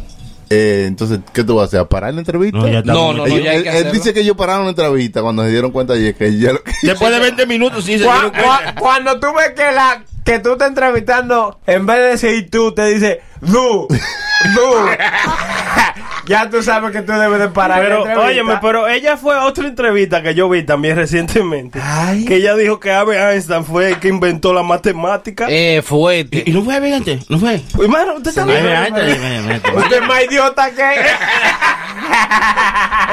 eh, entonces, ¿qué tú vas a hacer? ¿A parar la entrevista?
No, ya está.
No, no, no,
Ellos-
ya hay
él,
que
él
hacerlo.
dice que ellos pararon la entrevista cuando se dieron cuenta y es que ya lo que...
Después de 20 minutos, sí se
Cua-
dieron
cua-
cuenta.
cuando tú ves que la que tú estás entrevistando, en vez de decir tú, te dice tú, tú. ya tú sabes que tú debes de parar. la
Pero,
entrevista.
óyeme, pero ella fue a otra entrevista que yo vi también recientemente.
Ay.
Que ella dijo que Albert Einstein fue el que inventó la matemática.
Eh, fuerte.
¿Y, y no fue a vegante? ¿No fue?
Hermano, usted está
Ay,
loco.
vegante, imagínate.
Usted es más idiota que.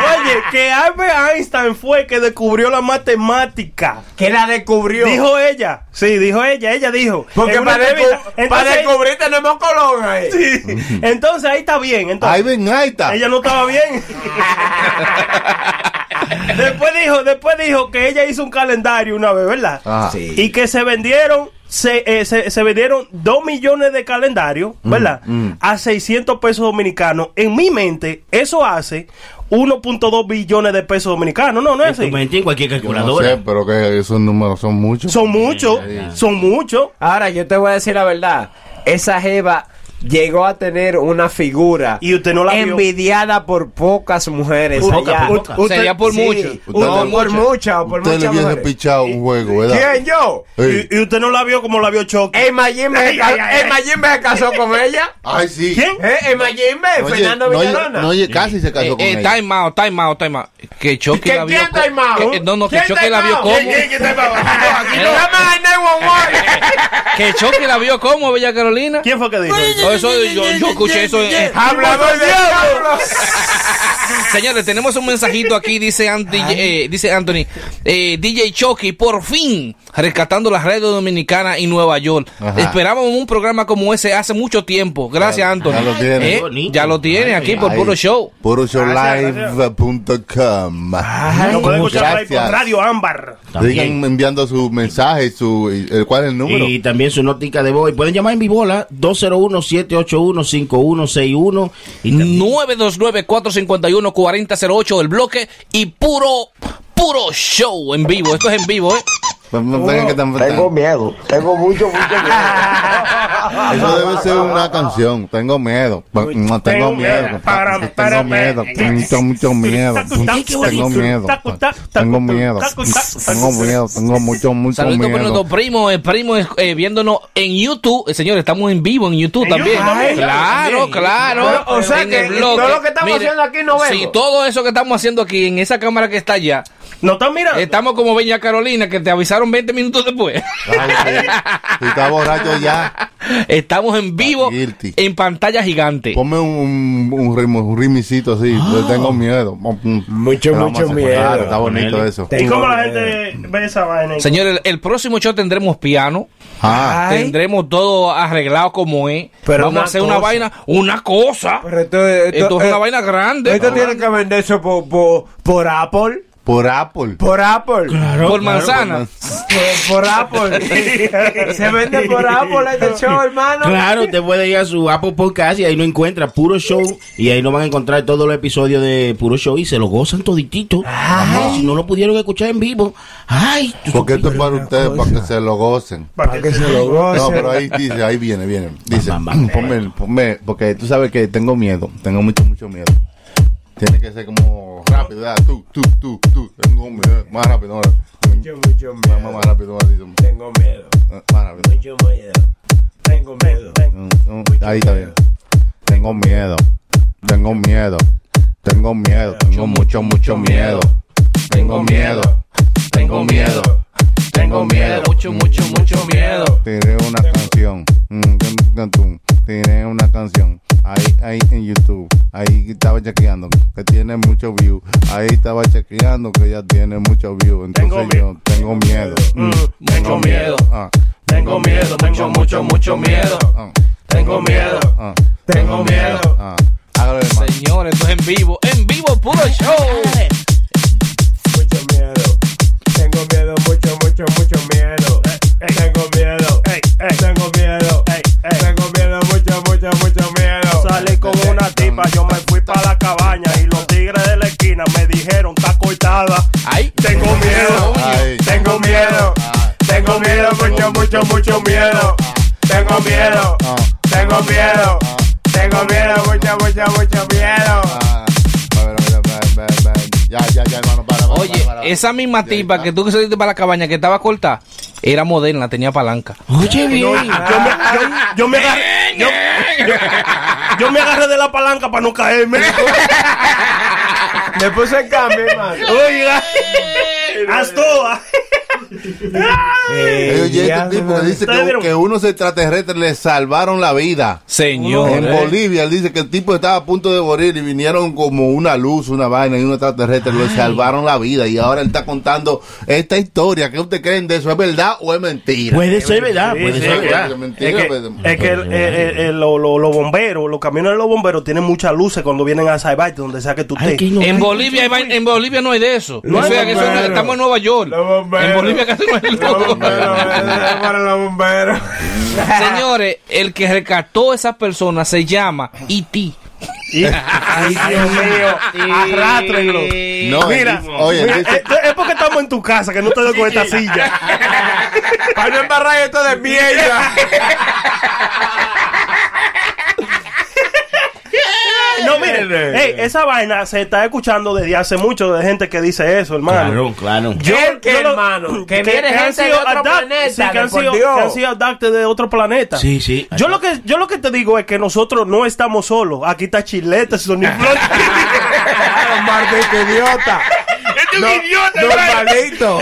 Oye, que Albert Einstein fue el que descubrió la matemática.
que la descubrió.
Dijo ella, sí, dijo ella, ella dijo.
Porque
En una
para,
entrevista.
descu- para descubrir tenemos Colón ahí.
entonces, sí, entonces ahí está bien.
Ahí
Entonces,
ven, ahí está.
ella no estaba bien. después dijo, después dijo que ella hizo un calendario una vez, ¿verdad?
Ajá.
Sí.
Y que se vendieron, se, eh, se, se vendieron dos millones de calendarios, ¿verdad?
mm.
Ah,
A 600 pesos dominicanos. En mi mente, eso hace 1.2 billones de pesos dominicanos. No, no es
Tú
así.
metí en cualquier
Yo no
calculadora.
sé, pero que esos números son muchos.
Son muchos, son muchos.
Ahora, yo te voy a decir la verdad. Esa Jeva llegó a tener una figura
Y usted no la vio.
envidiada por pocas mujeres.
Por poca,
allá.
por poca.
Usted-
Sería por
sí,
mucho.
no,
Usted-
por muchas, por
Usted le
muchas
viene
mujeres.
pichado un juego, ¿verdad?
¿Quién yo?
Sí.
Y, y usted no la vio como la vio Choque.
Emma Jimbe se ca-
ay, ay, ay.
Emma Jimbe se casó con ella.
Ay, sí.
¿Quién?
¿Eh? Emma Jimbe,
Oye,
Fernando
no, oye,
Villalona.
no, oye, casi se
Eh,
casó con
eh,
ella.
time out, time out, time out. Que Chucky
¿Que
la vio.
quién
co-
time out?
que- no, no, que
¿Quién
Chucky
time
la vio
out?
como.
Llama al 911.
Que Chucky la vio como, Bella Carolina.
¿Quién fue que dijo? eso?
No, eso, yo, yo escuché eso. en- en-
Hablador de diablo.
Señores, tenemos un mensajito aquí, dice, Ant- DJ, eh, dice Anthony. eh, DJ Chucky, por fin, rescatando las redes dominicanas y Nueva York.
Ajá.
Esperábamos un programa como ese hace mucho tiempo. Gracias, Anthony.
ya lo tiene.
Eh,
Qué bonito.
ya lo tiene
Ay,
aquí por
Ahí.
puro show.
puroshowlive.com.
Lo pueden escuchar por ahí por
Gracias.
Radio Ámbar.
Sigan enviando sus mensajes, su, y- el- ¿cuál es el número?
Y también su notica de voz. Y Pueden llamar en Vibola 201-781-5161. Y también
929-451-4008 el bloque y puro, puro show en vivo. Esto es en vivo, ¿eh?
Tengan que tan- tan-
miedo, tengo mucho, mucho
Eso debe ser una canción. Tengo miedo. Pa- no, Tengo miedo.
Para-
pa-
para-
Tengo miedo. Tengo mucho miedo.
Tacu, tacu, tacu,
Tengo miedo.
tacu, tacu,
Tengo
tacu,
miedo.
tacu, tacu,
Tengo
tacu.
miedo. Tengo mucho, mucho
Saludos con
miedo.
nuestros primos, eh, primos eh, viéndonos en YouTube. Eh, señores, estamos en vivo en YouTube
En
también.
YouTube también,
claro,
también.
claro.
Pero, o sea
En
que
el bloque.
todo lo que estamos haciendo aquí no vemos.
Sí, todo eso que estamos haciendo aquí en esa cámara que está allá.
¿No están mirando?
Estamos como Bella Carolina, que te avisaron 20 minutos después.
Ay, sí. Si está borracho ya,
Estamos en vivo
guilty.
en pantalla gigante.
ponme un, un, ritmo- un rimicito así.
Ah.
Yo Tengo miedo.
Mucho,
Vamos a
mucho
separar.
miedo.
Está bonito eso.
¿Y cómo la gente ve esa vaina?
Señores, el, el próximo show tendremos piano.
Ah,
Ay.
Tendremos todo arreglado como es.
Pero
Vamos
una
a hacer una
cosa.
vaina, una cosa.
Pero esto, esto-
Esto es
eh,
una vaina grande.
Esto tiene que venderse por, por, por Apple.
Por Apple.
Por Apple.
Por manzana.
Por, por Apple. Se vende por Apple este show, hermano.
Claro, usted puede ir a su Apple Podcast y ahí no encuentra Puro Show y ahí no van a encontrar todos los episodios de Puro Show y se lo gozan toditito. Amor, Si no lo pudieron escuchar en vivo, ay, tú
Porque esto es
Pero
para
una
ustedes, para que
cosa.
se lo gocen.
Para que se lo
No,
gocen.
pero ahí dice, ahí viene, viene. Dice,
Bam, bam, bam.
ponme, el- ponme, porque tú sabes que tengo miedo, tengo mucho, mucho miedo. Tiene que ser como rápido, ¿verdad? tú, tú, tú, tú, tengo miedo, más rápido, más rápido.
mucho
Más, más, más rápido, más rápido.
Tengo miedo.
Más rápido.
Mucho miedo. Tengo miedo.
Mm, mm, Ahí está bien. Tengo miedo, tengo miedo, tengo miedo, tengo mucho, mucho miedo. Tengo miedo, tengo miedo, tengo miedo.
Mucho, mucho, mucho miedo.
Tiré una canción. Mm, tum, tum, tum. Tiré una canción. Ahí, ahí en YouTube. Ahí estaba chequeando que tiene mucho view. Ahí estaba chequeando que ya tiene mucho view. Entonces
Tengo
yo tengo miedo. Mm,
Tengo miedo.
ah,
Tengo miedo, tengo mucho, mucho miedo.
ah,
Tengo miedo,
ah,
tengo miedo.
ah. Hágalo, hermano. Ah,
Señores, esto es en vivo. En vivo, puro show.
Mucho miedo. Tengo miedo, mucho, mucho, mucho miedo. eh, Tengo miedo.
Ey, ey,
Tengo miedo.
ey, ey.
Tengo miedo, mucho, mucho, mucho miedo.
Salí con una tipa, yo me fui para la cabaña y los tigres de la esquina me dijeron, está cortada.
Ay.
Tengo miedo,
Ay. Ah.
tengo miedo, tengo miedo, mucho, mucho, mucho miedo. Tengo miedo,
Ah,
tengo miedo, tengo miedo, mucho, mucho, mucho miedo.
ah. A ver, a ver, a ver, a ver. Ya, ya, ya, hermano, para, para,
Oye,
para, para.
esa misma
Ya
tipa
está.
que tú que saliste para la cabaña que estaba corta, era moderna, tenía palanca.
Oye, bien.
Yo me, yo, yo me agarré, yo, yo- yo me agarré de la palanca para no caerme.
Me puse en cambio, hermano.
Oiga, haz todas.
Ey, Oye,
ya
este
se
tipo
me-
que dice
Ustedes
que,
vieron-
que unos extraterrestres le salvaron la vida.
Señor.
eh.
En Bolivia él dice que el tipo estaba a punto de morir y vinieron como una luz, una vaina y un extraterrestre, le salvaron la vida y ahora él está contando esta historia. ¿Qué ustedes creen de eso? ¿Es verdad o es mentira?
Puede ser verdad,
Sí,
puede
sí,
ser
es
verdad.
que- mentira,
Es que,
pero-
es que el- el- el- el- lo- lo- los bomberos, los camiones de los bomberos tienen muchas luces cuando vienen a salvarte, donde sea que tú
Ay,
estés.
qué
eh. En
ignorante.
Bolivia, hay vaina- en Bolivia no hay de eso.
Los
o sea, que eso no-
bomberos.
estamos en Nueva York.
Los bomberos.
En Bolivia casi no hay
Los
luz.
bomberos, eh, para los bomberos.
Señores, el que rescató a esa persona se llama E E.T.
Ay, Dios mío, arrátrenlo.
No,
mira,
el- oye,
mira, eh,
dice-
es, es porque estamos en tu casa que no te doy con esta silla.
Para no embarrar esto de mierda.
No, miren, ey, esa vaina se está escuchando desde hace mucho de gente que dice eso,
Claro,
hermano.
claro.
Yo,
¿Qué, qué,
yo lo-
hermano? Que viene
han
gente de
sido
otro
adapt-
planeta,
sí, que han
por
sido, que
Dios.
han sido adapted de otro planeta.
Sí, sí.
Yo lo que yo lo que te digo es que nosotros no estamos solos. Aquí está Chilete, Sony Floyd.
Claro, maldito idiota.
¡Este es un idiota,
No,
hermano!
maldito.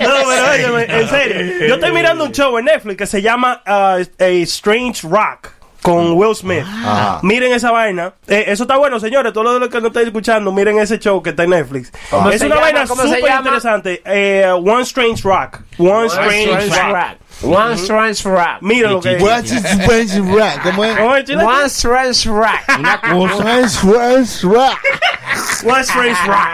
No, pero óyeme, en serio. Yo estoy mirando un show en Netflix que se llama ah, A Strange Rock con Will Smith.
Ah.
Miren esa vaina. Eh, eso está bueno, señores. Todos los que no están escuchando, miren ese show que está en Netflix.
Ah.
¿Cómo
Es
se
una
llama?
vaina
¿Cómo se
súper
llama?
interesante. Eh, One Strange Rock. One, Strange, Rock.
One strange rock.
Mira lo que es.
What's it- what's it right? ¿Cómo es?
Oye, chile,
One strange rock.
Una cosa.
What's- what's right?
One Strange Rock.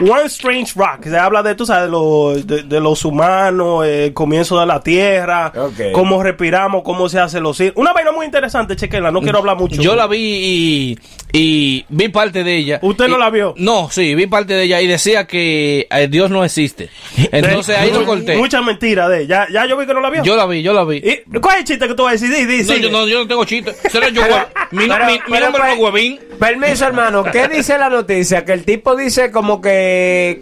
One Strange Rock. Se habla de, tú sabes, de los, de, de los humanos, eh, el comienzo de la Tierra,
Ok.
cómo respiramos, cómo se hace los... cir- Una vaina muy interesante, chequenla, no quiero hablar mucho.
Yo la vi y, y vi parte de ella.
¿Usted no
Y-
la vio?
No, sí, vi parte de ella y decía que eh, Dios no existe. Entonces ahí lo
Mu-
corté.
Mucha mentira de... Ya, ya yo vi que no la vio.
Yo la vi, yo la vi.
¿Y ¿Cuál es el chiste que tú vas a decir? Di, di,
No,
sigue.
yo no, yo no tengo chiste. Será yo
Pero-
guau- mi,
pero-
mi- mi
pero
nombre no
pues-
es Guavín.
Permiso, hermano. ¿Qué dice la noticia? Que el tipo dice como que.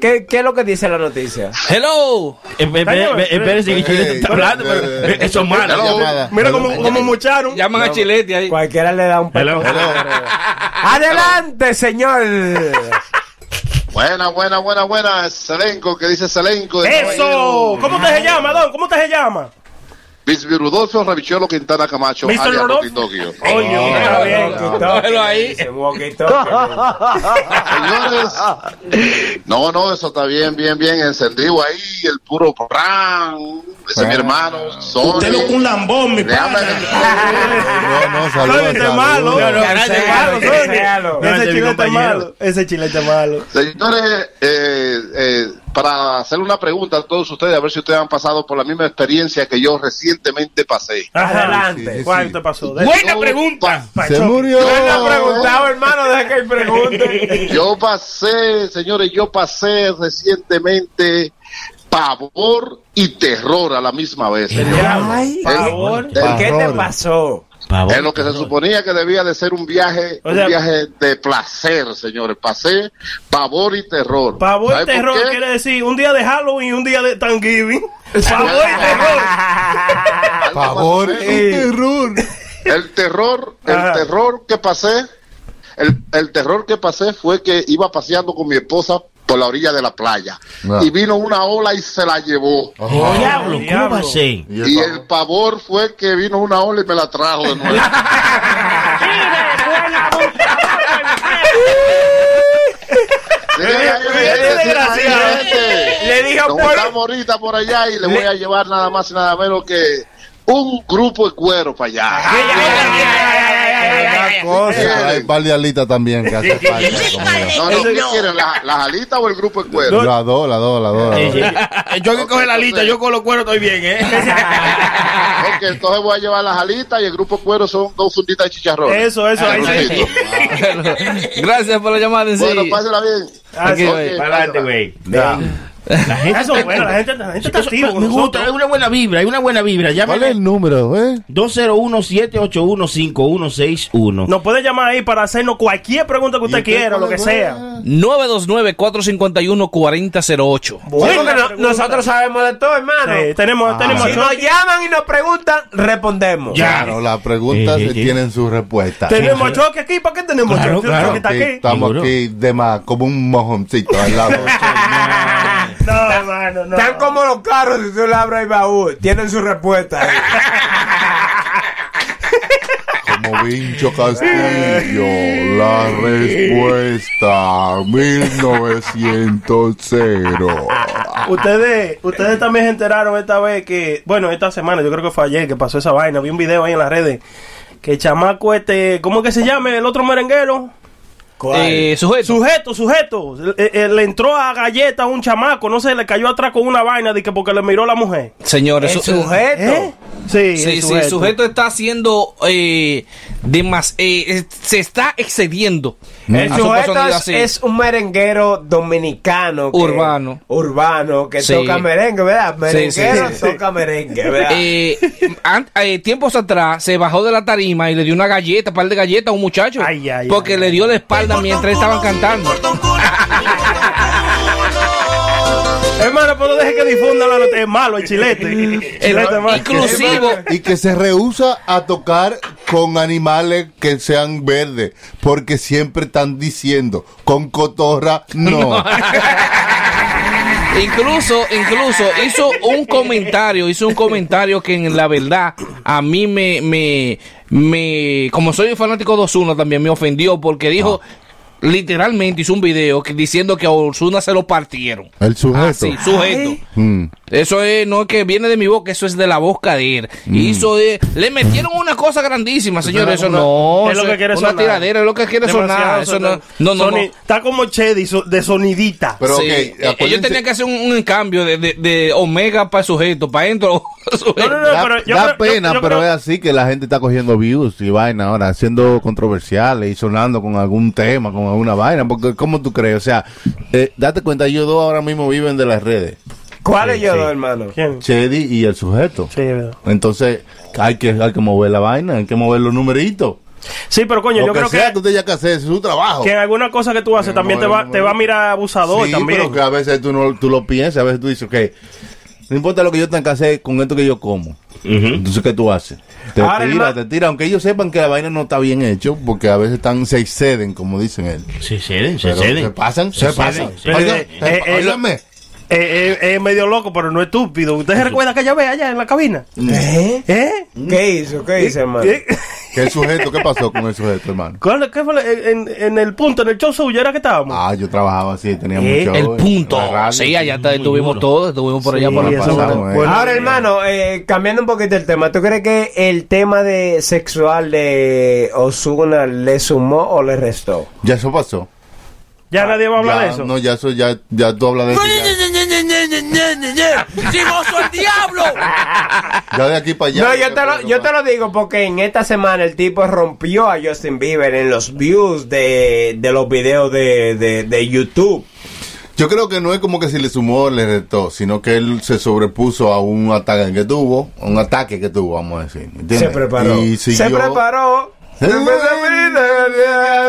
¿Qué, qué es lo que dice la noticia?
Hello.
Espérense que Chile está hablando. pero-
Eh,
Eso es malo.
hello, mala.
Mira cómo, cómo mucharon.
Llaman a Chilete ahí.
Cualquiera le da un pe...
Hello.
Eh,
¡Adelante, señor!
Buena, buena, buena, buena. Selenco, que dice Selenco. de
¡Eso!
Caballero.
¿Cómo te se llama, Don? ¿Cómo te se llama?
Bisby Rudolfo Ravichuelo Quintana Camacho,
Mr.
alias
Rudolfo.
Rocky Tokio.
Oye, está bien.
Cógelo ahí.
Señores, no, no, eso está bien, bien, bien encendido ahí, el puro pran, ese es mi hermano, son.
Usted lo con un lambón, mi pana.
No, no, saludos.
Suéltate
saludos.
malo. Suéltate malo,
cancélalo,
suéltate.
cancélalo.
No, este
Ese
es mi
chilete es
compañero.
malo. Ese chilete es malo.
Señores, eh, eh, para hacer una pregunta a todos ustedes, a ver si ustedes han pasado por la misma experiencia que yo recientemente pasé.
Ajá.
Adelante.
Sí, sí,
¿Cuál
sí.
te pasó? De-
Buena pregunta.
pa-
Se
choque.
murió.
¿eh?
preguntaba, hermano, deja que él pregunte.
Yo pasé, señores, yo pasé recientemente pavor y terror a la misma vez. señores.
Ay,
Por
favor.
favor.
¿Qué te
Favor.
pasó?
En lo que se suponía que debía de ser un viaje,
O sea-
un viaje de placer, señores. Pasé pavor y terror.
Pavor y
¿Sabe por
terror
qué?
quiere decir un día de Halloween y un día de Thanksgiving. Pavor y terror.
Algo más o
Favor,
menos.
ey. terror.
El terror,
Ajá.
el terror que pasé, el, el terror que pasé fue que iba paseando con mi esposa por la orilla de la playa
Ah.
y vino una ola y se la llevó.
Diablo, ¿cómo
Diablo.
va a ser?
Y
Y
el
el pavor fue que vino una ola y me la trajo de nuevo. Sí,
Este
sí,
desgraciado.
gente.
Le dijo
Nos
por-
juntamos ahorita por allá y le voy a llevar nada más y nada menos que un grupo de cuero para allá.
Una
Eh.
cosa. Hay un par de alitas también que hace falta. como
No, no, ¿qué quieren? ¿La- ¿Las alitas o el grupo de
yo.
cuero?
La dos, la dos, la dos. la dos.
Eh, Yo que coge la lista, yo con los cueros estoy bien, ¿eh?
Ok, entonces voy a llevar las alitas y el grupo de cuero son dos funditas de chicharrón. Ah,
Eso, eso, ahí sí.
Gracias por la llamada en sí.
Bueno, pásela bien.
Ah, sí.
Ok,
Para adelante, güey.
La gente son buenas, la gente, la gente está
Eso
activa
Me
con
me gusta, hay
nosotros.
una buena vibra, hay una buena vibra.
¿Cuál es
Llámale
el número, eh?
201-781-5161.
Nos puede llamar ahí para hacernos cualquier pregunta que usted quiera, lo que sea.
929-451-4008.
Sí,
Buena
porque no-
pregunta.
nosotros sabemos de todo, hermano. Ah.
Sí, tenemos, tenemos
Si nos llaman y nos preguntan, respondemos.
Claro, las preguntas
Sí, sí, sí.
tienen su respuesta.
Tenemos choque aquí, ¿para qué tenemos
Claro,
choque?
claro.
Choque Este está
Aquí
aquí.
Estamos
Seguro.
aquí de más, como un mojoncito al lado.
No, hermano, no.
Están como los carros, si tú le abres el baúl, tienen su respuesta. ahí.
Como Vincho Castillo, la respuesta 1900.
Ustedes, ustedes también se enteraron esta vez que, bueno, esta semana, yo creo que fue ayer que pasó esa vaina. Vi un video ahí en las redes que el chamaco este, ¿cómo es que se llama? El otro merenguero.
Eh, sujeto.
Sujeto, sujeto. Eh, eh, le entró a galleta a un chamaco, no sé, le cayó atrás con una vaina de que porque le miró la mujer.
Señores,
El
su-
sujeto.
¿Eh? Sí,
Sí, sí,
el
el sujeto, está haciendo eh, de más, eh, eh, se está excediendo.
El
a su
sujeto
personalidad,
es,
sí.
es un merenguero dominicano. que-
Urbano.
Urbano, que
Sí.
toca merengue, ¿verdad?
Sí, sí,
Merenguero
sí.
toca merengue, ¿verdad?
Eh, an- eh, tiempos atrás se bajó de la tarima y le dio una galleta, par de galletas a un muchacho.
Ay, ay,
porque
ay.
le dio la espalda mientras estaban cantando.
Hermano, pero no deje que difunda la noticia. Es malo el chilete. El chilete es malo.
Inclusivo.
Y que se rehúsa a tocar con animales que sean verdes, porque siempre están diciendo, con cotorra, no.
Incluso, incluso hizo un comentario, hizo un comentario que en la verdad a mí me, me, me como soy fanático de Osuna también me ofendió porque dijo, literalmente hizo un video que- diciendo que a Osuna se lo partieron.
El
Ah,
sujeto.
Así, sujeto.
Mm.
Eso es, no es que viene de mi boca, eso es de la boca de él.
Mm.
Y eso es, le metieron una cosa grandísima, señor. Eso Pues, no,
Es lo
eso
que quiere
una
sonar.
tiradera, es lo que quiere sonar.
Demasiado
Eso no,
sonado.
no, no, no.
Soni- Está como Chedi so- de sonidita.
Pero
Sí,
ok,
eh, ellos
acuérdense-
tenían que hacer un, un cambio de, de- de omega para sujeto, para adentro. sujeto.
No, no,
Da,
pero yo
da
creo- yo-
pena,
yo
pero
creo-
es así que la gente está cogiendo views y vaina ahora, siendo controversiales y sonando con algún tema, con alguna vaina, porque ¿cómo tú crees? O sea, eh, date cuenta, ellos dos ahora mismo viven de las redes,
¿Cuál es yo, dos, hermano?
¿Quién?
Chedi y el sujeto.
Sí, es verdad.
Entonces, hay que, hay que mover la vaina, hay que mover los numeritos.
Sí, pero coño,
Lo
yo
que
creo
sea que,
que,
usted ya que hacer, es su trabajo.
que en alguna cosa que tú haces también te va, te va a mirar abusador
Sí,
también.
pero que a veces tú, no, tú lo piensas, a veces tú dices, ok, no importa lo que yo tenga que hacer con esto que yo como. Entonces, ¿qué tú haces? Te
Ahora,
tira,
hermano-
te tira, aunque ellos sepan que la vaina no está bien hecho, porque a veces están, se exceden, como dicen él.
Se ceden, se
Pero se
ceden.
pasan, se,
Se
pasan.
ceden, se
Oiga,
ceden.
se-
Eh, eh,
óigame,
Es medio loco, pero no estúpido. ¿Usted se recuerda que ya ve allá en la cabina?
¿Eh?
¿Eh?
¿Qué hizo? ¿Qué hizo, hermano?
¿Qué?
¿Qué el sujeto? ¿Qué pasó con el sujeto, hermano?
¿Cuál- qué fue la- en, en el punto, en el show suyo era que estábamos?
Ah, yo trabajaba así, tenía
Eh,
mucho.
El punto. Sí, allá está- estuvimos todos, estuvimos por allá por la
eso
pasada.
bueno.
Bueno,
Ahora, hermano, eh, cambiando un poquito el tema, ¿tú crees que el tema de sexual de Osuna le sumó o le restó?
Ya eso pasó.
Ah,
ya nadie va a hablar
Ya,
de eso.
No, ya eso, ya, ya tú hablas de eso. ya.
¡Sí, mozo, el diablo!
Ya, de aquí para allá.
No, yo te, lo, yo te lo digo porque en esta semana el tipo rompió a Justin Bieber en los views de, de los videos de, de, de YouTube.
Yo creo que no es como que si le sumó o le restó, sino que él se sobrepuso a un ataque que tuvo, a un ataque que tuvo, vamos a decir. ¿entiendes?
Se preparó.
Y Eh, siguió.
Se preparó. Se preparó.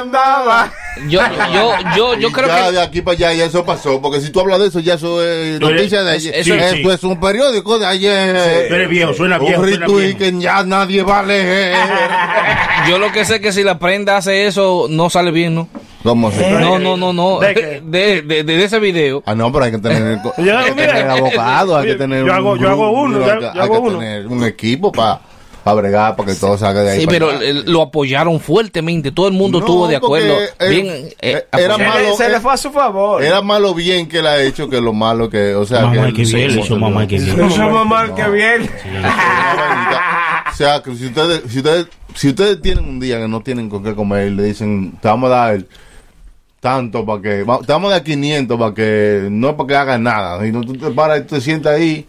Andaba.
Yo, yo, yo, yo
Y
creo
ya
que.
de aquí para allá ya eso pasó, porque si tú hablas de eso, ya eso es
No,
noticia
eh,
de ayer.
eso-
Eso
sí.
es un periódico de ayer.
Tú eres viejo, suena viejo,
Un
suena
retweet
viejo.
que ya nadie va a
Ah.
leer.
Yo lo que sé es que si la prenda hace eso, no sale bien, ¿no?
¿Cómo se
No, no, no, no.
¿De
De,
qué?
de, de- de ese video.
Ah, no, pero hay que tener, hay que
Yo- mira.
tener abogado, hay que
Mira,
tener
yo hago- yo hago uno,
hay
yo-
que-
yo
hay
hago
que
uno.
tener un equipo para bregar, para que todo salga de ahí.
Sí,
para
pero
allá.
eh, lo apoyaron fuertemente. Todo el mundo
No,
estuvo de acuerdo.
porque,
Bien,
eh,
eh,
era
apoyado.
malo,
se
eh.
le fue a su favor.
Era malo bien que la ha hecho que lo malo que, o sea,
Mamá,
que
qué bien, le hizo mamá, qué bien.
No somos mal que bien.
O sea, que si ustedes, si ustedes, si ustedes tienen un día que no tienen con qué comer, y le dicen, te vamos a dar tanto para que, va- te vamos a dar 500 para que, no para que hagas nada, sino tú te paras y te sientas ahí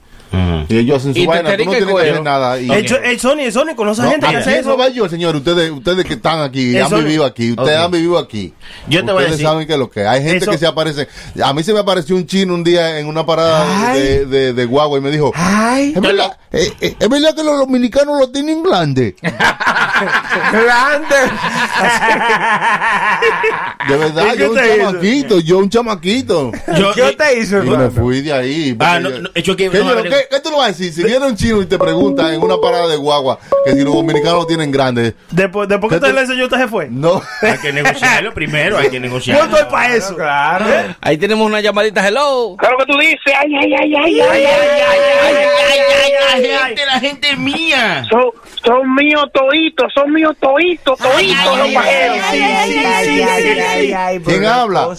y ellos hacen
Y
su
te
vaina, tú no
terica el
tienes que hacer
cuello.
nada. Y,
El, cho- el Sony, el Sony, conoce
No, ah,
gente que
aquí
hace
en
eso.
Nueva York, señor, ustedes, ustedes que están aquí,
Eso-
han vivido aquí, ustedes
Ok.
han vivido aquí.
Yo te voy a
ustedes
decir-
saben que lo que hay gente
Eso-
que se aparece. A mí se me apareció un chino un día en una parada de, de, de guagua y me dijo,
Ay,
es verdad, eh, eh, es verdad que los dominicanos lo tienen grande.
grande.
De verdad,
¿Y qué
yo un
te hizo?
chamaquito, yo un chamaquito.
Yo,
¿Qué te hizo,
Y me
hermano?
fui de ahí.
Ah,
porque
no,
yo-
no, es que-
¿Qué,
no,
yo-
averigua-
qué- qué tú lo vas a decir? Si viene un chino y te pregunta en una parada de guagua que si los dominicanos lo tienen grande,
Después, después que
¿Qué
usted
te-
le enseñó, usted se fue.
no.
hay que negociarlo primero, hay que
Yo
negociarlo.
estoy para eso.
Claro.
¿Eh?
Ahí tenemos una llamadita. Hello.
Claro que tú dices, ay, ay, ay, ay, ay,
Ay, ay,
ay,
ay, ay, ay, ay,
ay,
la
ay, ay.
gente, la gente es mía.
Son, son míos toditos, son míos toditos, toditos los
ay,
pajeros.
¿Quién habla?
¿Cómo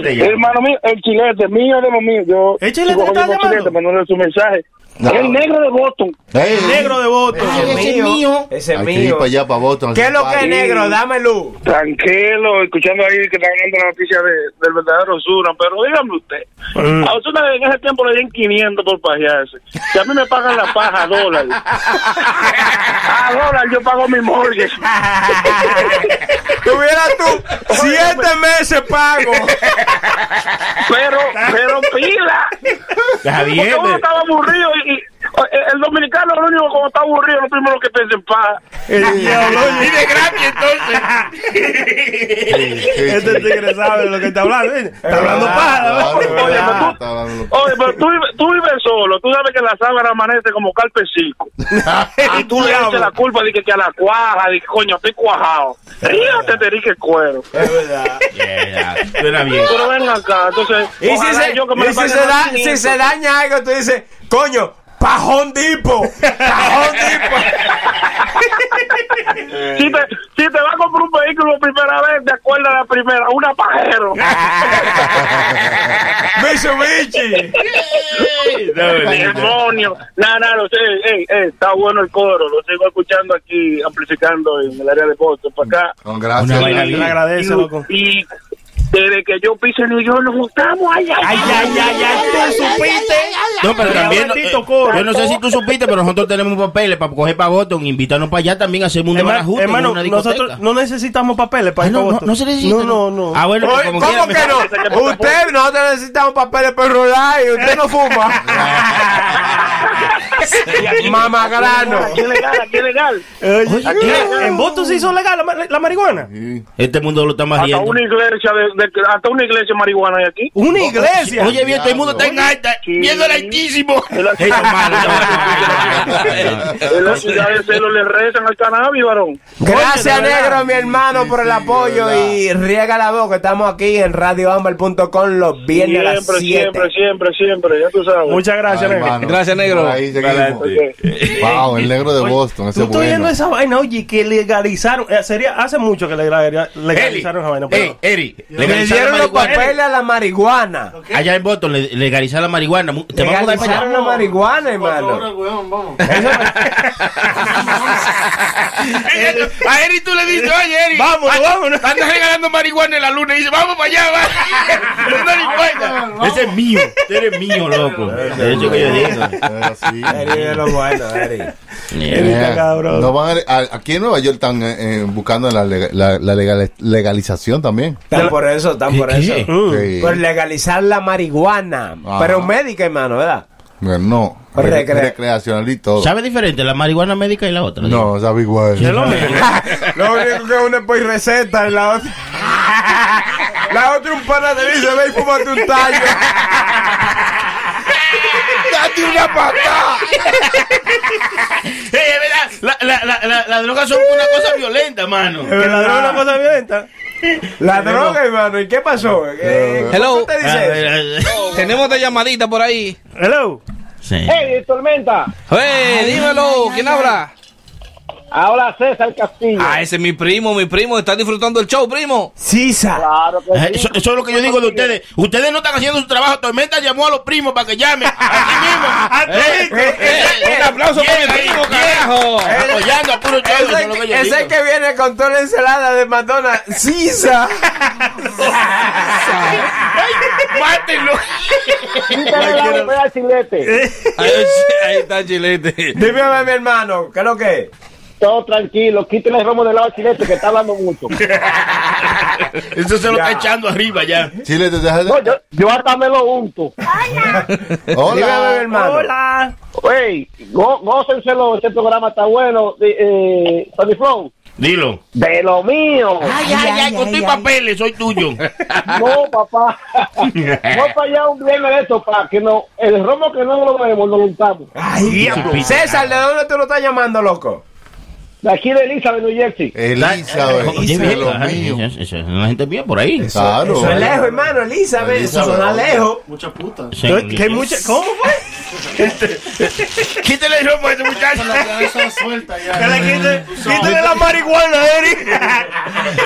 te llamas?
Hermano mío, el chilete mío de los míos. Yo
¿El chilete
yo
te está
conozco al
llamando?
pero no leo su mensaje.
No.
El negro de Boston.
Ey,
El negro de voto.
Ese es mío. Ese es
Hay que ir
mío.
para allá, para Boston.
¿Qué es lo que es
Para-
negro? Dame luz.
Tranquilo, escuchando ahí que están dando la noticia de, del verdadero Osuna. Pero dígame usted,
Mm.
a Osuna en ese tiempo le dieron 500 por pajearse. Si a mí me pagan la paja a dólares. A dólar yo pago mi mortgage.
Tuviera tú siete meses pago.
Pero, pero pila.
Javier.
Porque uno estaba aburrido y... y- el dominicano es el único como está aburrido, lo primero que piensa en paja.
Y de gratis entonces.
Este tigre sabe de lo que está hablando. ¿eh? Está hablando paja.
Claro, claro,
Oye, pero tú-
está hablando lo-
Oye, pero tú, vives- tú vives solo, tú sabes que la sábana amanece como carpecico. Y tú le haces la culpa de que, que a la cuaja, de que coño, estoy cuajado. Ríete, te dije cuero.
Yeah, yeah, Suena bien.
Pero ven acá, entonces.
Y si
ojalá
se,
yo que me
y
la
si
paguen
se da-
a mí.
si se daña algo, tú dices, coño, pajón tipo. Pajón
Si te, si te vas a comprar un vehículo primera vez, te acuerdas la primera, una pajero.
tipo. Mitsubishi.
Demonio. Nada, nada, lo sé. Ey, ey, está bueno el coro, lo sigo escuchando aquí, amplificando en el área de Boston, para acá.
Con gracias.
Una vaina
Le agradece, loco.
Y, y desde que yo pise New York, nos gustamos. Ay, ay,
Ay, ay, ay, ay, tú supiste.
No, pero también. no,
Maldito
eh,
coro.
yo no sé si tú supiste, pero nosotros tenemos papeles para coger para Boston, invitarnos para allá también, hacemos un
Hermano,
marajuste en
hermano,
una discoteca.
nosotros no necesitamos papeles para
Ah,
ir
no,
para
no,
voto.
no se necesita.
No, no, no.
Ah, bueno, pues
Oye,
como
¿Cómo
quiera,
que
mejor.
no? Usted, nosotros necesitamos papeles para rolar y usted no fuma. Mamagrano.
Aquí es legal, aquí es legal.
Oye,
Oye,
¿En voto se hizo legal la, ma- la marihuana?
Sí.
Este mundo lo está más
Hasta
riendo.
una iglesia de,
de- hasta una iglesia marihuana hay aquí.
¿Una
Oh,
iglesia?
Oye, bien, todo el mundo está en alta. Viendo el altísimo.
En la ciudad de Celo le rezan al cannabis, varón.
Gracias,
Oye, de verdad.
negro, mi hermano, por el apoyo y riega la voz que estamos aquí en radioamber.com los viernes a las
Siempre,
7.
siempre, siempre, siempre, ya tú sabes.
Muchas gracias,
Ay,
negro.
hermano.
Gracias, negro.
Por Ahí seguimos. Wow, el negro de Boston, ese
Tú estás viendo
bueno.
esa vaina, oye, que legalizaron. eh, sería, hace mucho que legal- eh, legalizaron esa vaina.
Ey,
Pero,
Eri,
Le
legalizar la
dieron los
marihuana.
papeles a la marihuana.
Allá en Boston, le- legalizar la marihuana. Mu- Te vamos a dar para allá.
Legalizaron la marihuana, hermano.
A Eri tú le dices, oye, Eri.
Vámonos, vámonos.
Andas regalando marihuana en la luna y dice, vamos para allá, va. No le importa. Ese es mío. Tú eres mío, loco. De hecho, que yo digo.
Era así.
Eri, de lo bueno, Eri.
Erika, cabrón.
Nos van a- a- aquí en Nueva York están eh, eh, buscando la, lega- la- la legal- legalización también.
Están por eso, están por eso.
Sí.
Mm. Por legalizar la marihuana.
Ajá.
Pero médica, hermano, ¿verdad?
Bueno, no,
Recre-
Re- recreacional y todo.
¿Sabe diferente la marihuana médica y la otra?
No, sabe igual.
Lo único que una es por receta y la otra. La otra un pana de dice, ve y fumate un tallo.
¡Date una patada! es verdad, la, la, la, la, las drogas son una cosa violenta, mano.
pero la droga es una cosa violenta.
La droga, hermano, ¿y qué pasó? ¿Qué-
Hello.
¿Cómo te
A
dice eso?
ver, a-
Tenemos otra llamadita por ahí.
Hello.
Sí.
¡Hey, Tormenta!
¡Hey, dímelo! ¿Quién habla?
Ahora César Castillo.
Ah, ese es mi primo, mi primo. Está disfrutando el show, primo.
Sisa.
Claro que
Eh,
sí.
Eso, eso es lo que yo digo de ustedes. Ustedes no están haciendo su trabajo. Tormenta llamó a los primos para que llamen. Aquí mismo. Eh,
A todito.
Un aplauso para mi
bien ahí,
primo,
bien.
carajo.
Apoyando a puro show.
Ese,
eso es lo que yo
ese
digo.
que viene con toda la ensalada de Madonna. Sisa.
Ay, Mátenlo.
Quítale la botella al chilete.
Ahí, ahí está Chilete.
Dime, mi hermano, ¿qué es lo que es?
Todo tranquilo. Quítale el romo del lado al chilete este que está hablando mucho.
Eso se lo está echando arriba ya.
Chile, te dejas
No,
de...
yo, yo hasta me lo unto.
Dime, mi
Hola.
hermano.
Hola.
Ey, go, gócenselo, este programa está bueno. De- Eh, Tony Flow,
Dilo.
de lo mío.
Ay, ay, ay, con tus papeles, soy tuyo.
No, papá. Vamos para allá un viernes de esto, para que no, el romo que no lo vemos, lo untamos.
Ay, diablo. César, ¿de dónde tú lo estás llamando, loco?
De aquí de Elizabeth, New Jersey.
Elizabeth.
Oye,
de lo
ajá,
mío.
eso- eso es la gente mía por ahí.
Claro.
Eso es lejos, hermano, Elizabeth. Eso
Elizabeth.
suena lejos.
Sí.
Que hay mucha- ¿Cómo fue?
Quítale el ropa a ese muchacho.
Que le quite- Quítale la marihuana, Eri.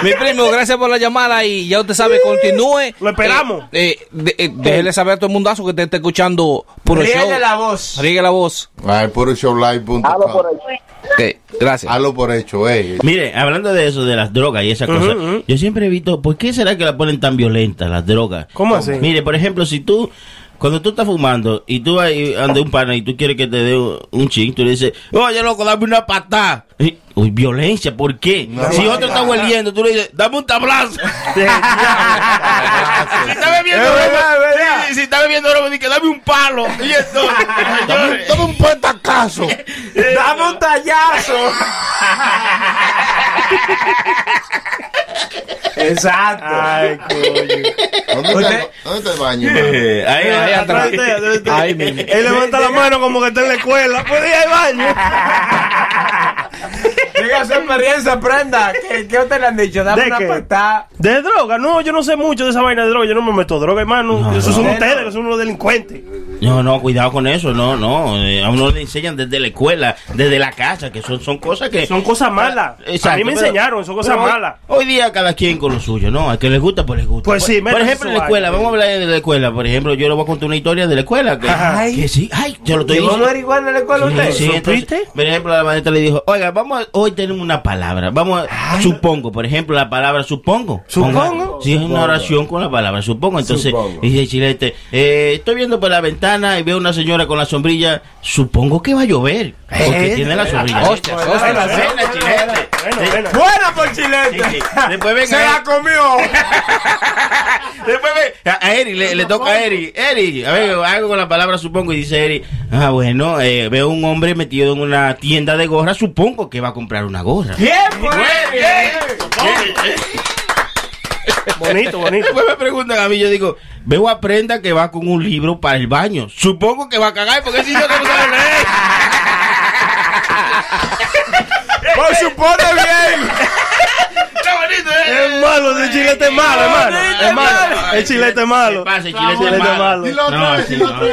Mi primo, gracias por la llamada y ya usted sabe, continúe.
Lo esperamos.
Eh, eh, de- eh, déjele saber a todo el mundazo que te está escuchando puro show.
Ríele la voz.
Riegue la voz.
Ay, puro showlive.com.
Hablo por ahí.
Eh, gracias.
Hazlo por hecho, ey.
Mire, hablando de eso, de las drogas y esas cosas, yo siempre he visto, ¿por qué será que la ponen tan violentas las drogas?
¿Cómo así?
Mire, por ejemplo, si tú, cuando tú estás fumando y tú vas ahí ande un pana y tú quieres que te dé un- un ching, tú le dices, oye loco, dame una patada. Y- uy, violencia, ¿por qué? si otro está hueliendo, tú le dices, dame un tablazo. si está bebiendo
Es verdad,
romo,
es verdad.
sí, si está bebiendo romo, dice, dame un palo. Y entonces,
Dame, dame un puentacazo.
Dame un tallazo. Exacto.
¿Dónde está, el- ¿Dónde está el baño? hermano?
Eh, ahí, ahí atrás. Ahí mismo.
Él levanta la mano como que está en la escuela. Puede ir al baño.
Diga su experiencia, prenda. ¿Qué, qué te le han dicho? Dame
¿De
una
qué?
patada.
¿De droga? No, yo no sé mucho de esa vaina de droga. Yo no me meto droga, hermano. Eso son
no.
ustedes que son los delincuentes.
No, no, cuidado con eso, no, no. eh, a uno le enseñan desde la escuela, desde la casa, que son, son cosas que...
Son cosas malas.
Exacto,
a mí me
pero-
enseñaron, son cosas
pero hoy-
malas.
Hoy, día cada quien con lo suyo, ¿no? Al que les gusta, pues les gusta.
Pues sí,
Por- Por
métase
ejemplo,
su
en la escuela,
vaina.
vamos a hablar de la escuela. Por ejemplo, yo le voy a contar una historia de la escuela. Que,
Ajá.
que sí, Este, ay, yo lo estoy
¿Llevó
diciendo.
marihuana a la escuela usted?
Sí, sí, entonces,
¿Supiste?
por ejemplo, la maestra le dijo, oiga, vamos a- hoy tenemos una palabra. Vamos a, supongo, por ejemplo, la palabra supongo.
¿Supongo?
Si es una oración con la palabra supongo. Entonces,
Supongo.
dice Chilete, eh, estoy viendo por la ventana y veo una señora con la sombrilla. Supongo que va a llover. Porque
Eh,
tiene la sombrilla.
Hostias, hostias.
Buena, buena, Chilete.
Bueno, bueno.
Buena por chilete.
Sí, sí. Después ven
Se
ahí.
la comió.
Después ve a, a Eri, le, le toca a Eri. Eri, a ver, algo con la palabra supongo. Y dice Eri, ah, bueno, eh, veo un hombre metido en una tienda de gorra, supongo que va a comprar una gorra.
Tiempo, eh.
Bonito, bonito.
Después me preguntan a mí, yo digo, veo a Prenda que va con un libro para el baño. Supongo que va a cagar porque si no, no sabe leer.
¡Pues supone bien!
Está bonito, ¿eh?
Es malo, el chilete es malo, hermano. Es malo.
Ay,
El chilete es malo.
¿Qué pasa? El chilete
Chilete
es malo.
malo.
No, así no. No, no, no.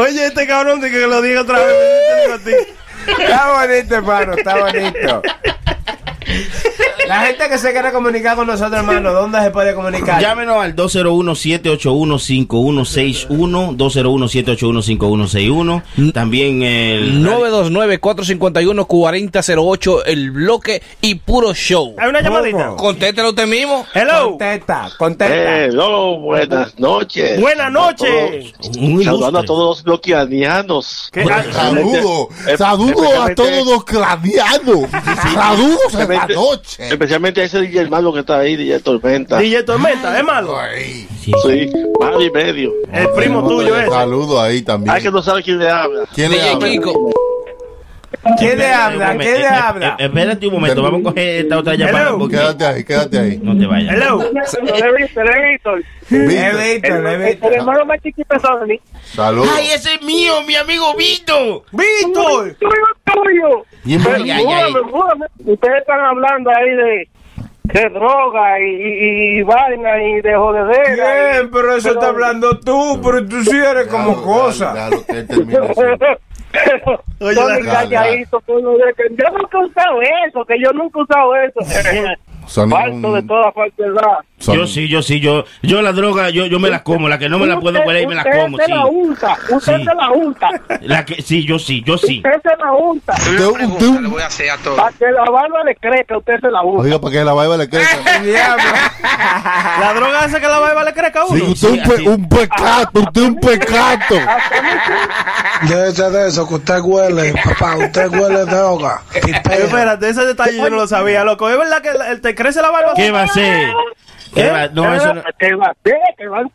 Oye, este cabrón de que lo diga otra vez. me siento divertido.
Está bonito, hermano, está bonito. La gente que se quiere comunicar con nosotros, hermano, ¿dónde se puede comunicar?
Llámenos al 201-781-5161, 201-781-5161, también el...
929-451-4008, el bloque y puro show.
Hay una llamadita.
Conténtelo usted mismo.
Hello.
Contesta, contesta.
Eh, no, buenas noches.
Buenas noches.
Un
Saludando a
ilustre.
todos los bloqueanianos.
¿Qué? Ah,
Saludos,
Eh,
saludos a
especialmente-
todos los clavianos. Saludos en la
Especialmente-
noche.
Especialmente a ese DJ el malo que está ahí, DJ Tormenta.
DJ Tormenta, es malo.
Sí, malo y medio.
El primo tuyo
eh.
es.
Saludos ahí también.
Hay que no sabe quién le habla.
¿Quién le
DJ
habla?
Kiko.
¿Quién le
Espérate un
habla?
momento,
¿Quién le
eh,
habla?
eh, Espérate un momento, vamos a coger
Eh,
esta otra llamada
Hello.
porque
Quédate ahí, quédate ahí.
no te vayas.
Hello.
Es
Víctor,
Víctor, es Víctor.
hermano más chiquito de mí.
Saludos.
¡Ay, ese es mío, mi amigo Vito!
Víctor.
¡Tú tuyo!
Ay, ay, ay.
Júrame, júrame. Ustedes están hablando ahí de, de droga y, y, y vaina y de jodedera.
Bien, pero eso está hablando tú, pero tú sí eres como cosa.
Claro, que termina así.
Pero
Oye,
son
la-
mis galladitos, que uno de que yo nunca he usado eso, que yo nunca he usado eso.
Son
Falto de
un-
toda falsedad.
son-
Yo sí, yo sí, yo, yo la droga, yo, yo me la como, la que no me la puedo
Usted-
comer ahí me la
usted
como,
se la
sí.
unta, usted
Sí.
se la unta,
La que, sí, yo sí, yo sí.
usted se la unta.
Usted- usted-
Para que la barba le crezca, usted se la unta.
Oiga, para que la barba
Ah.
le crezca.
Diablo.
La droga esa que la baiba le crezca a
Sí,
uno.
usted
sí,
un,
así.
pe, un pecato, usted un pecato.
Déjese de eso, que usted huele, papá, usted huele de hoga.
Eh, Espérate, ese detalle yo no lo sabía, loco. ¿Es verdad que la- el- te crece la barba?
¿Qué va a ser? ¿Qué va- No, eso no.
Que va a ser, que van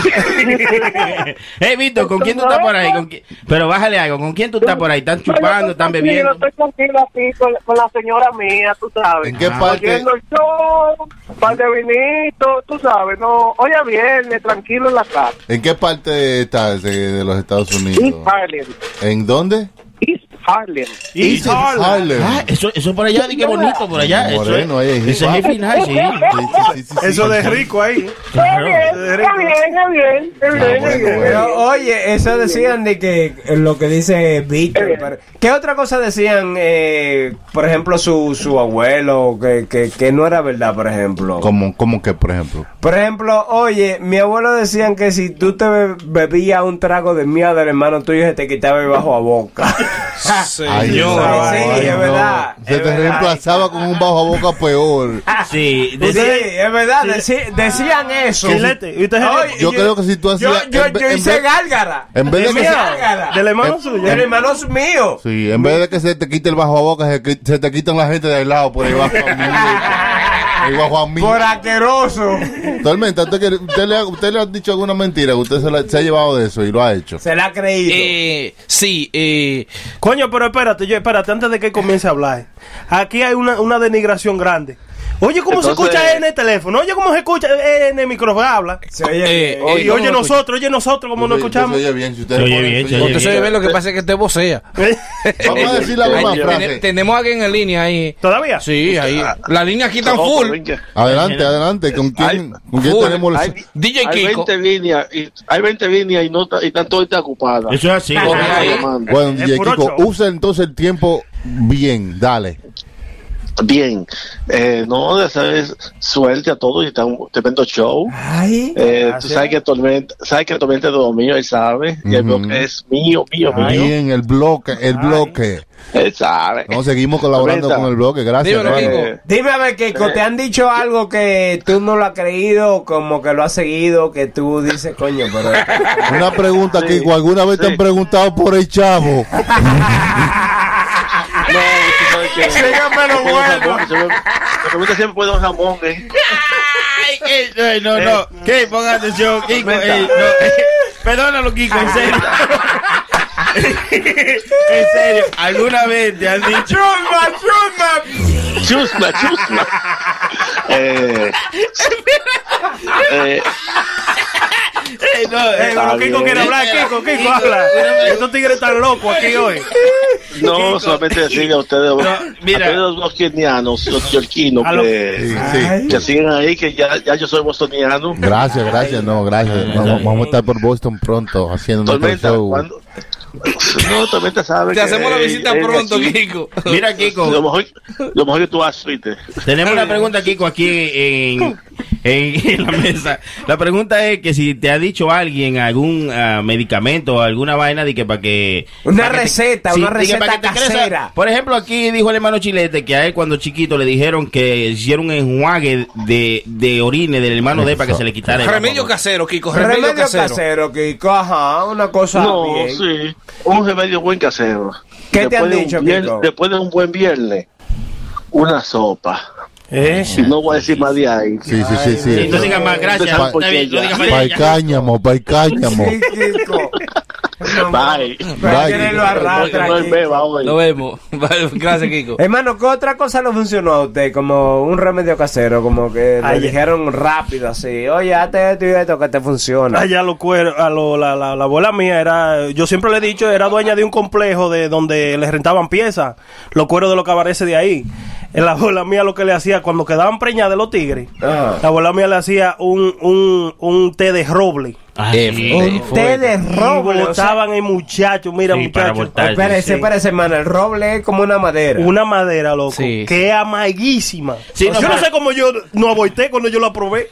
siete.
Eh, Vito, ¿con quién tú estás por ahí? ¿Con quién- Pero bájale algo, ¿con quién tú estás por ahí? ¿Están
No, yo
chupando,
estoy
están
tranquilo,
bebiendo?
Estoy tranquilo aquí con, con la señora mía, tú sabes.
¿En qué parte?
Oyendo el show, un par de vinitos, tú sabes. No, hoy es viernes, tranquilo en la casa.
¿En qué parte está ese de los Estados
East
Unidos?
Harlem.
¿En dónde?
East Harlem.
East Harlem.
Ah, eso, eso por allá, di que bonito por allá. Eso es,
Moreno, ahí es
eso es
hip hop.
Hippie Night, sí.
Sí, sí, sí, sí, sí.
Eso de rico ahí.
Claro.
Está bien, está bien, está bien, está bien, está
Ah, bueno,
bien.
bueno.
Pero oye, eso decían de que eh, lo que dice Víctor. pero- ¿Qué otra cosa decían, eh, por ejemplo, su, su abuelo, que, que, que no era verdad, por ejemplo?
Como, como que, por ejemplo.
Por ejemplo, oye, mi abuelo decían que si tú te be- bebías un trago de mía del hermano tuyo, se te quitaba el bajo a boca.
Ay,
yo-
no,
Sí,
ay,
es
no.
verdad,
Se
Ah, es
te
verdad. Ah,
reemplazaba con un bajo a boca peor.
Sí,
sí,
desde-
es verdad, deci- decían eso.
Chilete. ¿Y usted es
Oye,
Yo creo que si tú
Yo,
hacías.
yo,
en ve-
yo
en
hice
vez-
gárgara.
En vez de que.
Mía,
del hermano
Eh,
suyo?
El hermano es mío.
Sí, en vez de que se te quite el bajo a boca, se, qui- se te quitan la gente de al lado por el bajo a mí. El bajo a mí.
Por asqueroso.
Tormenta, ¿usted, quiere- usted le ha, usted le ha dicho alguna mentira? ¿Usted se, la- se ha llevado de eso y lo ha hecho?
Se la ha creído.
Eh, sí, eh,
Coño, pero espérate, yo, espérate, antes de que comience a hablar. Aquí hay una, una denigración grande. Oye, ¿cómo se
Entonces-
escucha en el teléfono? Oye, ¿cómo se escucha en el micrófono? Habla.
Se oye.
Eh,
Y oye,
¿cómo lo
nosotros, oye, nosotros, ¿cómo no
Usted- usted
escuchamos?
Se oye bien, si usted
Se
le
oye
pone-
bien,
oye
se oye
usted
bien.
se ve lo que pasa es que usted vocea.
Vamos a decir la misma
Ay, ten-
frase.
tenemos a alguien en línea ahí.
¿Todavía?
Sí, ahí. La línea aquí está
No,
full.
Oh, pero venga.
Adelante, adelante. ¿Con quién, con quién
Full.
tenemos
Hay,
el...
DJ
hay
Kiko.
20 líneas y, hay 20 líneas y, no, ta- y están todas ocupadas.
Eso es así.
Todos
Ajá.
están
Ahí.
llamando.
Bueno, DJ
por
Kiko,
ocho.
usa entonces el tiempo bien. Dale.
Bien, eh, no, desearles suerte a todos y está un tremendo show.
Ay.
Eh, tú sabes que Tormenta, sabes que Tormenta es de lo mío, él sabe, y el
Ujú.
bloque es mío, mío, mío.
Bien, el bloque, el bloque.
Él sabe.
No, seguimos colaborando
Tormenta.
con el bloque. Gracias.
Dímelo,
hermano.
Kiko.
Eh,
Dime a ver, Keiko, ¿te han dicho algo que tú no lo has creído, como que lo has seguido, que tú dices, coño, pero...
Una pregunta,
Sí,
Kiko. ¿Alguna vez te
sí.
han preguntado por el chavo?
No, tú sabes que.
Síganme lo
Don
bueno.
Ramón, se me- me pregunta siempre por Don Ramón, eh.
Ay, que- no, no, no. Que ponga atención, Kiko. eh, no, eh, perdónalo, Kiko, en serio. en serio, ¿alguna vez te han dicho?
¡Chumba, chumba!
Chusma, chusma. Eh, eh,
no, eh,
está
pero Kiko
bien.
quiere hablar, Kiko, Kiko, habla. Estos tigres están locos aquí hoy.
No, solamente decirle a ustedes, a todos los bostonianos, los yorquinos
A lo-
que, que siguen ahí, que ya, ya yo soy bostoniano.
Gracias, gracias, no, gracias. Vamos, vamos a estar por Boston pronto haciendo nuestro
Tormenta,
show.
¿cuándo? No, Tormenta sabe
Te hacemos la visita pronto,
Kiko. Mira, Kiko.
Lo mejor, lo mejor que tú haces, ¿viste?
Tenemos una pregunta, Kiko, aquí en, en- en la mesa. La pregunta es que si te ha dicho alguien algún ah, medicamento o alguna vaina de que para que...
Una
para que te-
receta, una
de que para
receta
que te crezca.
casera.
Por ejemplo, aquí dijo el hermano Chilete que a él cuando chiquito le dijeron que hicieron un enjuague de, de orine del hermano de él para que se le quitara el
Remedio casero, Kiko. Remedio,
Remedio
casero.
casero, Kiko, ajá, una cosa
No,
bien.
sí. Un remedio buen casero.
¿Qué te han
de un
dicho,
vier-
Kiko?
Después de un buen viernes, una sopa. No voy a decir más de ahí.
¿Eh? Sí, sí, sí, sí.
no digas más, gracias.
Pa-
Está bien, no digas más
pa' el
ya.
cáñamo, pa' el cáñamo.
Bye.
Bye. Que
lo arrastra,
No, no,
Kiko.
beba hoy.
Nos vemos. Gracias, Kiko.
Hermano, ¿qué otra cosa le funcionó a usted? Como un remedio casero, como que le
Ay,
dijeron rápido así, oye, hazte esto y esto que te funciona.
Allá Ah, lo cuero- a lo- la, la- la abuela mía era, yo siempre le he dicho, era dueña de un complejo de donde les rentaban piezas, los cueros de los cabarets de ahí. La abuela mía lo que le hacía, cuando quedaban preñadas de los tigres,
Ah.
la abuela mía le hacía un, un, un té de roble.
Eh, Un té Este, de roble.
Y
o sea,
botaban el muchacho, mira muchacho.
espérese, espérese, hermano, el roble es como una madera.
Una madera, loco,
Sí.
que es amarguísima.
Sí,
yo
no,
no
pero-
sé cómo yo no aboité cuando yo la probé.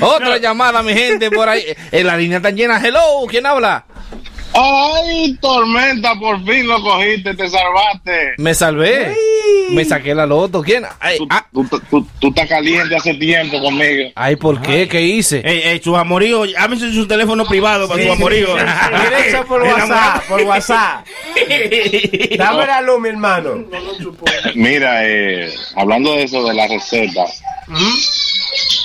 Otra llamada, mi gente, por ahí. Eh, la línea está llena. Hello, ¿quién habla?
¡Ay, tormenta! Por fin lo cogiste, te salvaste.
Me salvé. Me saqué la loto. ¿Quién? Ay, ah.
Tú, tú- tú estás caliente hace tiempo conmigo.
Ay, ¿por qué? ¿Qué hice?
sus amoríos, llámese su teléfono privado para sus amoríos.
Mira eso por WhatsApp, por WhatsApp. Dame la luz, mi hermano.
Mira, eh, hablando de eso, de las recetas,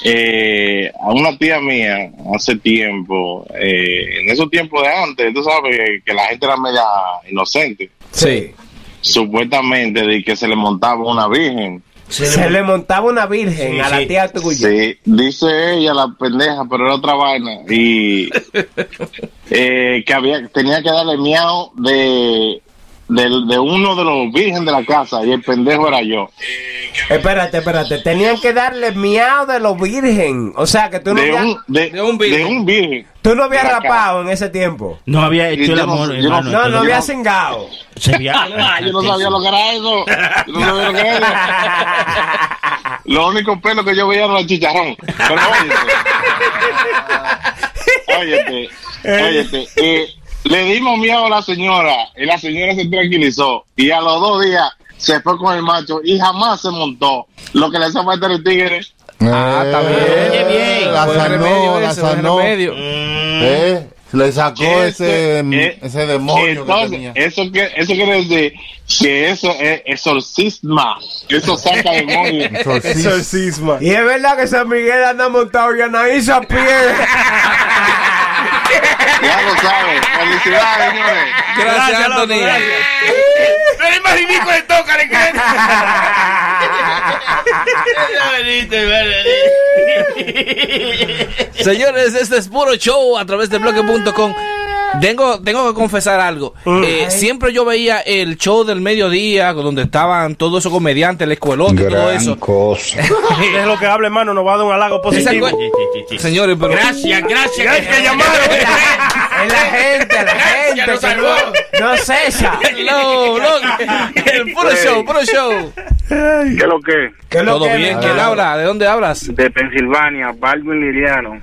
eh, a una tía mía hace tiempo, eh, en esos tiempos de antes, tú sabes que, que la gente era media inocente.
Sí.
Supuestamente de que se le montaba una virgen.
Se le montaba una virgen
Sí,
a la
sí.
tía tuya.
Sí, dice ella la pendeja, pero era otra vaina. Y eh, que había, tenía que darle miau de, del- de uno de los virgen de la casa y el pendejo era yo.
Espérate, espérate. Tenían que darle miau de los virgen. O sea, que tú
de,
no habías,
un, de, virgen.
tú no habías
De la
rapado en ese tiempo.
No había hecho
Yo
el
no-
amor,
yo no-
hermano.
No, no
entonces-
habías cingado.
Se había-
Yo no sabía lo que era eso. Yo no sabía lo que era eso. Lo único pelo que yo veía era el chicharrón. Pero óyete, óyete, óyete. eh, le dimos miedo a la señora y la señora se tranquilizó. Y a los dos días se fue con el macho y jamás se montó. Lo que le hizo falta era el tigre.
Ah, está
Eh,
bien. La sanó, la sanó. Eh, Le sacó ese,
eh,
ese demonio que
entonces,
tenía.
Eso, que, eso quiere decir que eso es exorcisma. Eso saca demonios.
Exorcismo.
Y es verdad que San Miguel anda montado y Anaís a pie.
Ya lo sabes. Felicidades, señores.
Gracias,
loco,
Anthony.
gracias.
Eres más ridículo de toca, le crees.
Señores, este es puro show a través de bloque.com. Tengo, tengo que confesar algo.
Mm.
Eh, siempre yo veía el show del mediodía, donde estaban todos esos comediantes, el escuelote, y todo eso.
es lo que habla, hermano, nos va a dar un halago positivo.
Señores, pero.
Gracias, gracias.
Gracias que llamaron.
Es la gente, la gente.
nos
que
salvó.
No, no cesa.
Hello, bloque. El puro
Pues,
show, puro show.
¿Qué es lo que?
¿Qué es lo
Todo
que,
bien,
hermano?
¿quién habla? ¿De dónde hablas?
De Pensilvania, Baldwin Liriano.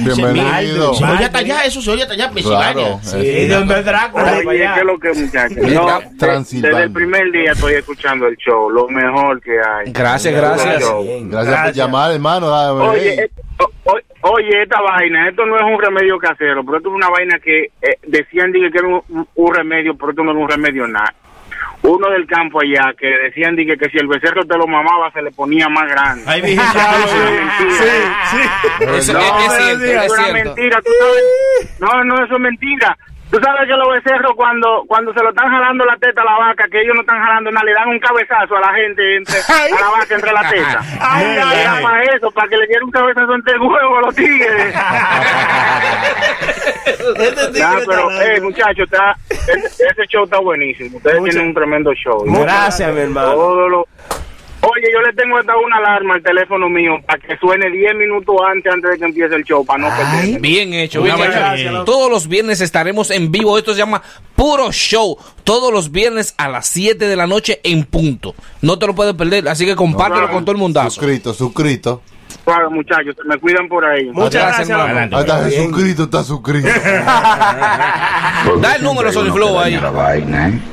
Bienvenido.
Se oye hasta allá, eso se oye hasta allá, Pensilvania.
Claro. eh,
Oye, ¿qué es lo que, muchachos? No,
Está
de-
Transilvania.
desde el primer día estoy escuchando el show, lo mejor que hay.
Gracias,
Lo
gracias.
mejor.
Gracias por llamar, hermano. Dame,
Oye,
eh.
eh, o- o- oye, esta vaina, esto no es un remedio casero, pero esto es una vaina que eh, decían dije, que era un, un- un remedio, pero esto no es un remedio nada. Uno del campo allá que decían dije, que si el becerro te lo mamaba se le ponía más grande.
Ay, mi hija, Eso
Eso es una mentira. No,
es- es
eso
cierto, es
una
cierto.
mentira, tú sabes. No, no, eso es mentira. Tú sabes que los becerros cuando cuando se lo están jalando la teta a la vaca, que ellos no están jalando nada, le dan un cabezazo a la gente entre a la vaca entre la teta.
Ay,
ay,
ay, ay.
para eso, para que le diera un cabezazo entre el huevo a los tigres. Nah, pero, eh, muchachos, está, ese, ese show está buenísimo. Ustedes tienen un tremendo show.
Gracias, mi hermano.
Todo lo- Oye, yo le tengo hasta una alarma al teléfono mío para que suene 10 minutos antes antes de que empiece el show, para no perderme.
Bien hecho,
Una
bien hecho.
vaina.
Bien. Todos los viernes estaremos en vivo. Esto se llama Puro Show. Todos los viernes a las 7 de la noche en punto. No te lo puedes perder, así que compártelo
No.
con todo el mundazo. Suscrito, suscrito.
Claro, muchachos, se me cuidan por ahí.
Hasta Jesucristo está suscrito.
Da el número, Sony Flow, ahí.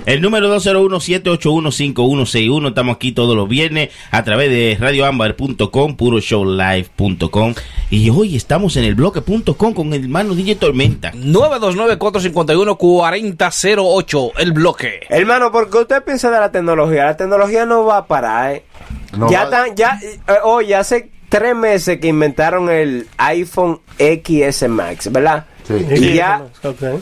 El número 201-781-5161. Estamos aquí todos los viernes a través de radioambar.com, puroshowlive.com. Y hoy estamos en el bloque.com con el hermano DJ Tormenta.
929-451-4008, el bloque.
Hermano, ¿por qué usted piensa de la tecnología? La tecnología no va a parar, ¿eh?
No
ya
va-
tan- ya, eh, oye, hace tres meses que inventaron el iPhone XS Max, ¿verdad? Sí. Y ya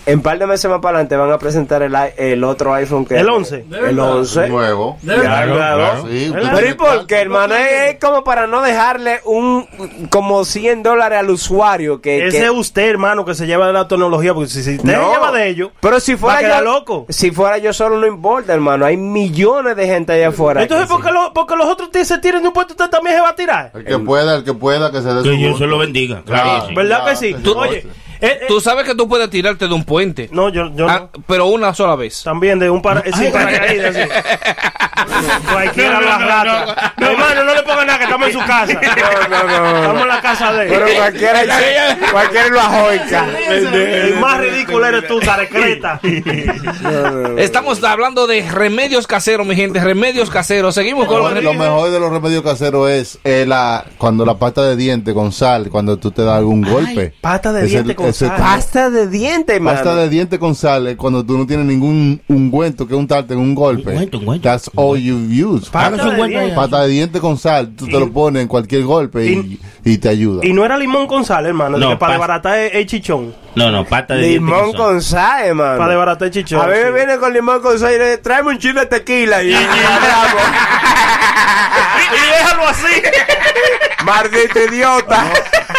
en par de meses más para adelante van a presentar el, i- el otro iPhone que...
¿El 11?
El 11.
Nuevo.
Ya, claro. Pero ¿y por qué, hermano? Es, es como para no dejarle un... como 100 dólares al usuario que...
Ese
que-
es usted, hermano, que se lleva de la tecnología, porque si, si usted
No.
se lleva de ello,
Pero si
va a
fuera
quedar
yo,
loco.
si fuera yo solo no importa, hermano. Hay millones de gente allá afuera.
Entonces, ¿por qué lo- porque los otros t- se tiran de un puesto, usted también se va a tirar. Ah,
El que pueda, el que pueda, que se dé
Que
su
Dios
gusto.
se lo bendiga.
Claro.
Claro.
¿Verdad que sí?
Tú,
Oye,
Eh, tú sabes que tú puedes tirarte de un puente.
No, yo, yo
Ah, Pero una sola vez.
También de un para, sin paracaídas. sí. Cualquiera lo arrastra. No, hermano, no le pongan nada, que estamos en su casa. Estamos en la casa de él.
Pero cualquiera, cualquiera lo ajoica.
El más ridículo eres tú, carecreta.
Estamos hablando de remedios caseros, mi gente. Remedios caseros. Seguimos con los
Lo, lo mejor de los remedios caseros es eh, la, cuando la pasta de diente con sal, cuando tú te das algún golpe.
Pasta
de Es diente el- con es el- sal.
Pasta de diente, hermano.
Pasta de diente con sal es cuando tú no tienes ningún ungüento que untarte en un golpe. That's all you use.
Pasta Hágase un de buen diente. baño.
Pasta de diente con sal, tú te lo pones en cualquier golpe y, y te ayuda.
Y no era limón con sal, hermano. de
No,
que para
pas-
desbaratar el, el chichón.
No, no, pata de
Limón
dientes con
con sal, hermano.
Para desbaratar el chichón.
A mí me
sí.
viene con limón con sal y le digo, tráeme un chile de tequila. Y,
y déjalo así.
Maldito idiota.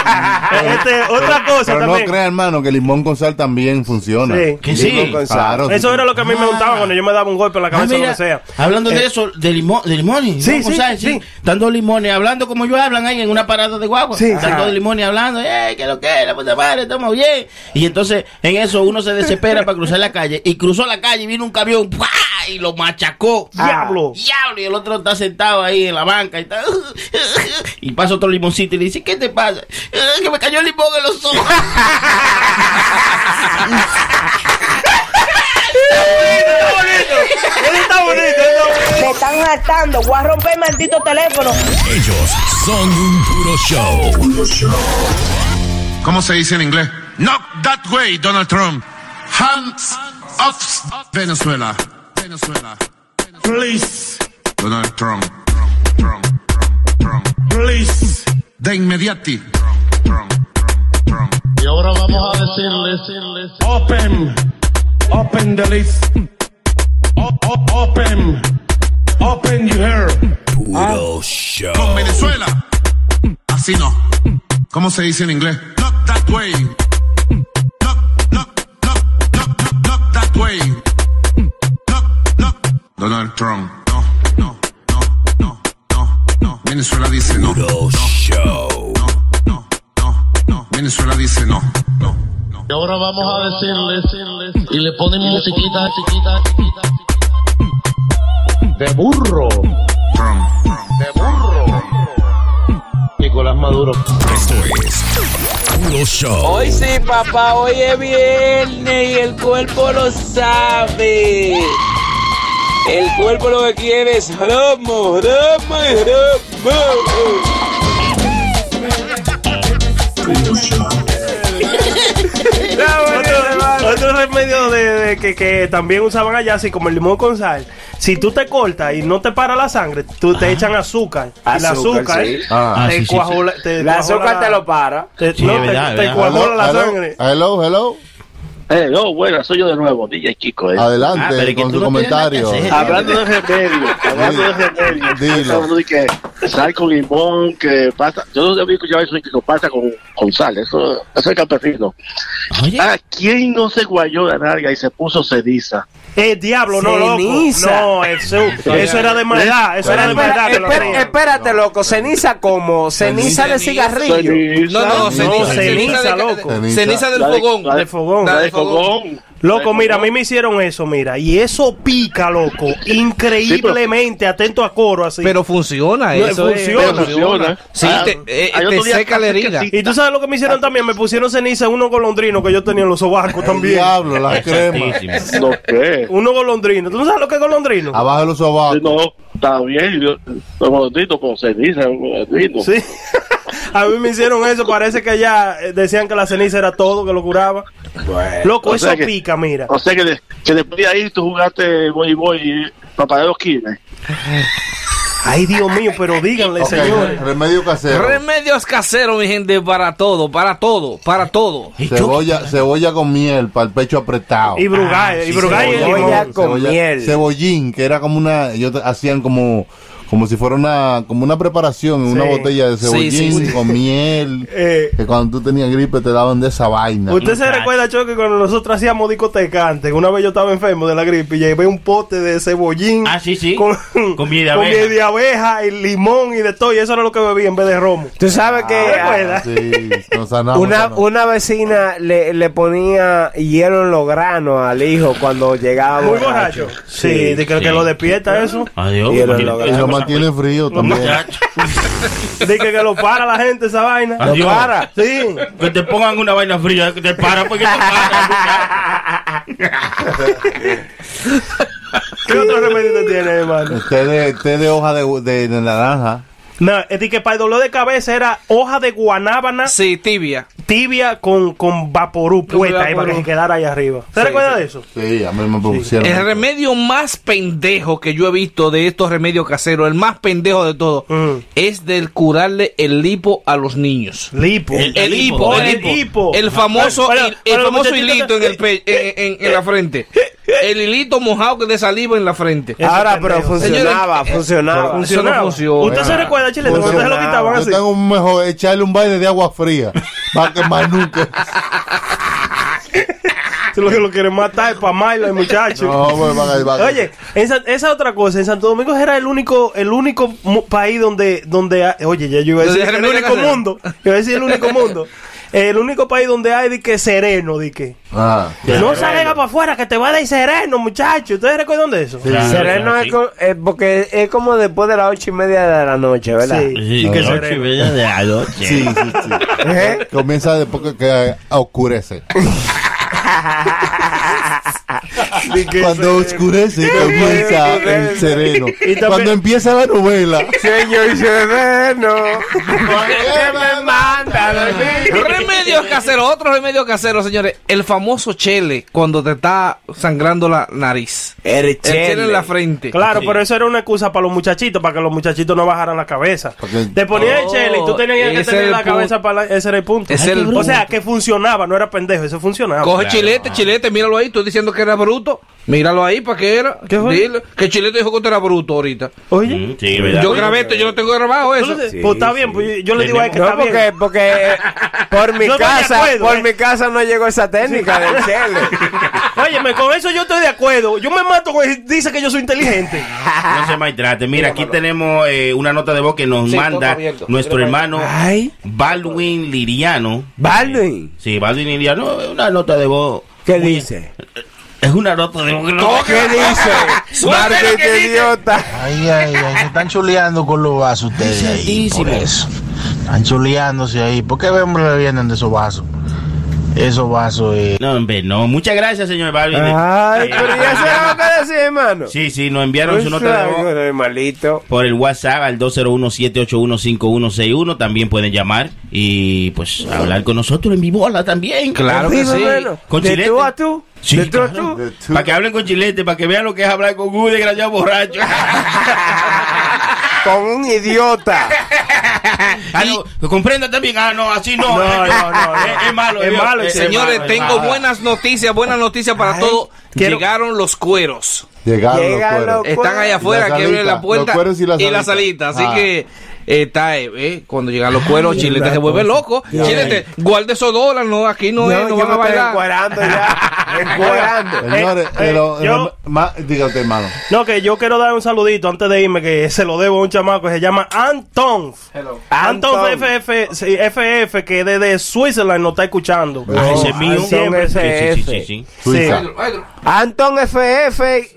Este, otra cosa
Pero
también.
no creas, hermano, que limón con sal también funciona.
Sí.
Limón con sal. Claro,
Eso
sí.
era lo que a mí
Ah.
me gustaba cuando yo me daba un golpe en la cabeza o lo que sea.
Ah, Hablando de
Eh,
eso, de, limón, de limones.
Sí,
¿no? Con
sí,
sal, sí.
sí.
Están dos limones hablando como ellos hablan ahí en una parada de guagua.
Sí,
Están
ajá.
dos limones hablando. ¡Ey, qué lo que! es, ¡La puta madre! ¡Estamos bien! Y entonces, en eso, uno se desespera para cruzar la calle. Y cruzó la calle y vino un camión. ¡pua! Y lo machacó.
¡Diablo!
¡Diablo! Y el otro está sentado ahí en la banca. Y, está, y pasa otro limoncito y le dice: ¿Qué te pasa? "Eh, Que me cayó el limón en los ojos.
Me están hartando, voy a romper el maldito teléfono.
Ellos son un puro show.
¿Cómo se dice en inglés? Knock that way, Donald Trump. Hands off Venezuela. Venezuela. Please. Donald Trump. Trump, Trump, Trump, Trump. Please. De inmediati.
Y ahora vamos a decirles.
Open. Open the list. open. Open your hair. Puro show. Con Venezuela. Así no. ¿Cómo se dice en inglés? Knock that way. Knock, knock, knock, knock, knock, knock that way. Knock, knock. Donald Trump. No, no, no, no, no, no. Venezuela dice no. Puro show. No, no, no, no. Venezuela dice no.
Y ahora vamos a decirles. Y le ponen musiquita, chiquita,
De burro. De burro. Nicolás Maduro.
Esto es Puro Show.
Hoy sí, papá, hoy es viernes y el cuerpo lo sabe. El cuerpo lo que quiere es romo, romo y romo.
Otro, otro remedio de, de que, que también usaban allá, así como el limón con sal. Si tú te cortas y no te para la sangre, tú te echan azúcar. Y la
Azúcar,
azúcar
sí.
eh,
Ah.
te
Ah, sí, sí,
cuajola-
sí.
te
La
cuajola
azúcar te lo para.
Te,
Sí,
Eh, no,
es
te-
verdad,
te
es verdad.
cuajola la
Hello,
sangre.
Hello, hello.
Eh, no, buenas, soy yo de nuevo, DJ Chico. eh.
Adelante, Ah, pero es que con tú su no tienes nada que comentario. hacer.
Hablando de remedio, hablando de remedio.
Dilo.
estaba hablando de que sal con limón, que pasa. Yo no había escuchado eso, que pasa con, con sal. Eso, eso es campesino. ¿A quién no se guayó la narga y se puso ceniza?
Eh, diablo, no, loco.
Ceniza.
No, eso, eso era de maldad. Eso era de
Espera,
maldad. que lo
espera-
hacían.
espérate, loco. Ceniza como ceniza de cigarrillo.
No, no, ceniza, ceniza de-
loco.
ceniza Ceniza del la de- fogón. la de-
Del fogón.
la de fogón.
Loco, mira, a mí me hicieron eso, mira. Y eso pica, loco. Increíblemente, atento a coro así.
Pero funciona
No,
eso. eh,
funciona.
Sí, te, eh, te seca la herida.
Y tú sabes lo que me hicieron también. Me pusieron ceniza unos golondrinos que yo tenía en los sobacos también.
diablo, la crema.
¿Lo qué?
Unos golondrinos. ¿Tú no sabes lo que es golondrino?
Abajo los sobacos.
No, está bien. Yo, los gorditos con ceniza, los gorditos.
Sí. A mí me hicieron eso. Parece que allá eh, decían que la ceniza era todo, que lo curaba. Loco,
Eh, O
eso
sea que-
pica, mira.
O sea que, de- que después de ahí tú jugaste voy voy para pagar los kines.
Ay, Dios mío, pero díganle,
señores.
Remedio casero.
Remedios caseros, mi gente, para todo, para todo, para todo.
Cebolla, cebolla con miel para el pecho apretado.
Y Brugal, Ah, y sí, Brugal y
Cebolla
limón.
con
Cebolla-
miel. Cebollín, que era como una, ellos hacían como, como si fuera una, como una preparación, una
Sí.
botella de
Sí,
cebollín
sí, sí.
con miel.
Eh.
que cuando tú tenías gripe te daban de esa vaina.
Usted se recuerda, Cho, que cuando nosotros hacíamos discoteca antes, una vez yo estaba enfermo de la gripe y llevé un pote de cebollín. Con, con miel de
abeja.
abeja y limón y de todo. Y eso era lo que bebía en vez de romo.
Tú sabes que
¿Te recuerdas?
Sí, nos sanamos.
Una,
sanamos.
una vecina le, le ponía hielo en los granos al hijo cuando llegaba.
Muy borracho. Sí, de que, que lo despierta eso.
Adiós.
Hielo en
imagínate.
los
Y lo
granos.
mantiene frío también.
De que, que lo para la gente esa vaina.
Adiós.
Lo para. Sí.
Que te pongan una vaina fría, que te para porque te
¿Qué otro remedio te tiene, hermano?
Té de, té de hoja de, de- de naranja.
No, es de que para el dolor de cabeza era hoja de guanábana.
Sí, tibia.
Tibia con, con vaporú puesta ahí
vaporú.
para que se quedara ahí arriba. ¿Te
Sí,
recuerdas
sí.
de eso?
Sí, a mí me pusieron.
El remedio más pendejo que yo he visto de estos remedios caseros, el más pendejo de todo, es del curarle el lipo a los niños.
Lipo.
El, el hipo, el hipo. El famoso, el, el famoso hilito en, el
eh,
pe- eh, en, en- en la frente. El hilito mojado que de saliva en la frente.
Ahora, pero funcionaba,
Señores, eh,
funcionaba.
Eso no funciona.
Yo tengo un mejor echarle un baile de agua fría. Va a quemar nunca.
Tú lo que lo quieren matar es para Mayla, muchacho.
No, pues, van a- van a-
Oye, esa, esa otra cosa, en Santo Domingo era el único, el único mu- país donde, donde ha- oye, ya yo iba a
Donde
decir
se
el
remedia
único
casera.
mundo. Iba a decir el único mundo. El único país donde hay de que sereno, de que.
Ah,
no salga para afuera, que te va a dar sereno, muchacho. ¿Ustedes recuerdan de eso?
sereno es, co- eh, porque es como después de las ocho y media de la noche, ¿verdad?
Sí.
Sí, que
Ah.
noche bella de anoche.
Sí, sí, sí. Comienza después que, que oscurece. Cuando oscurece, comienza el sereno. Cuando empieza la novela.
Señor sereno.
eh,
me manda Remedios caseros, otro remedio casero, señores. El famoso chele cuando te está sangrando la nariz. El chele, en la frente.
Claro,
Sí.
pero eso era una excusa para los muchachitos, para que los muchachitos no bajaran la cabeza. Te ponías
Oh,
el chele y tú tenías que
ese
tener
era
la
el punto.
cabeza para la- ese era el punto.
Ese era el
o sea,
punto.
que funcionaba, no era pendejo, eso funcionaba.
Coge
Claro.
chilete, chilete, Este, míralo ahí. Estoy diciendo que era bruto. Míralo ahí, ¿para qué era? Dile, que chilete dijo que tú eras bruto ahorita.
Oye,
sí,
¿verdad?
yo grabé esto, yo lo tengo grabado eso.
pues está bien, pues yo- yo le digo a él que
No,
está bien.
porque, porque eh, por mi
Yo estoy de
casa,
acuerdo,
por
eh.
mi casa no llegó esa técnica
Sí.
del chele.
Óyeme, con eso yo estoy de acuerdo. Yo me mato con dice que yo soy inteligente.
No se maltrate. Mira, aquí tenemos eh, una nota de voz que nos
Sí, todo
manda
abierto.
nuestro
Mira,
hermano Baldwin Liriano. ¿Baldwin? Sí, Baldwin Liriano. es Una nota de voz.
¿Qué dice?
Es una nota de voz. que no-
¿Qué dice?
Suelta lo que
Marquete
dice.
idiota.
Ay, ay, ay, se están chuleando con los vasos ustedes ahí, por eso. Están chuleándose ahí. ¿Por qué vemos le vienen de esos vasos? Esos vasos, eh.
No, hombre, no. Muchas gracias, señor Baldwin.
Ay,
Eh,
pero ya se lo que decir, hermano.
Sí, sí, nos enviaron su nota de voz.
malito.
por el WhatsApp al 201-781-5161. También pueden llamar y pues hablar con nosotros en Vivola también.
Claro que sí.
Con Chilete.
tú.
Sí, claro. Para que hablen con Chilete, para que vean lo que es hablar con un desgraciado borracho.
Con un idiota.
Ah, no, comprenda también. Ah, no, así no.
No,
Eh,
no, no, no.
Es, es malo.
Es
Dios.
malo,
Es- es
señores,
malo, es
tengo
malo.
buenas noticias, buenas noticias para todos.
quiero-
Llegaron los cueros.
Llegaron los Llegan cueros. los
Están allá
cueros.
afuera,
Las
que abren
alitas,
la puerta
los cueros y las alitas.
alitas. Así
Ah.
que eh, está, eh, eh, cuando llegan los cueros,
Ay,
Chilete
la
se vuelve
cosa.
loco.
Ya.
Chilete, guarde esos dólares, no, aquí no, es, no van a bailar.
Señores,
Eh, eh,
pero,
yo-
ma- diga usted, hermano.
No, que yo quiero dar un saludito antes de irme, que se lo debo a un chamaco que se llama Anton. Anton,
Anton.
FF, sí, FF, que desde Switzerland nos está escuchando.
Ah, ese es mío.
Siempre
Anton
ese-
FF.
Suiza.
Anton FF,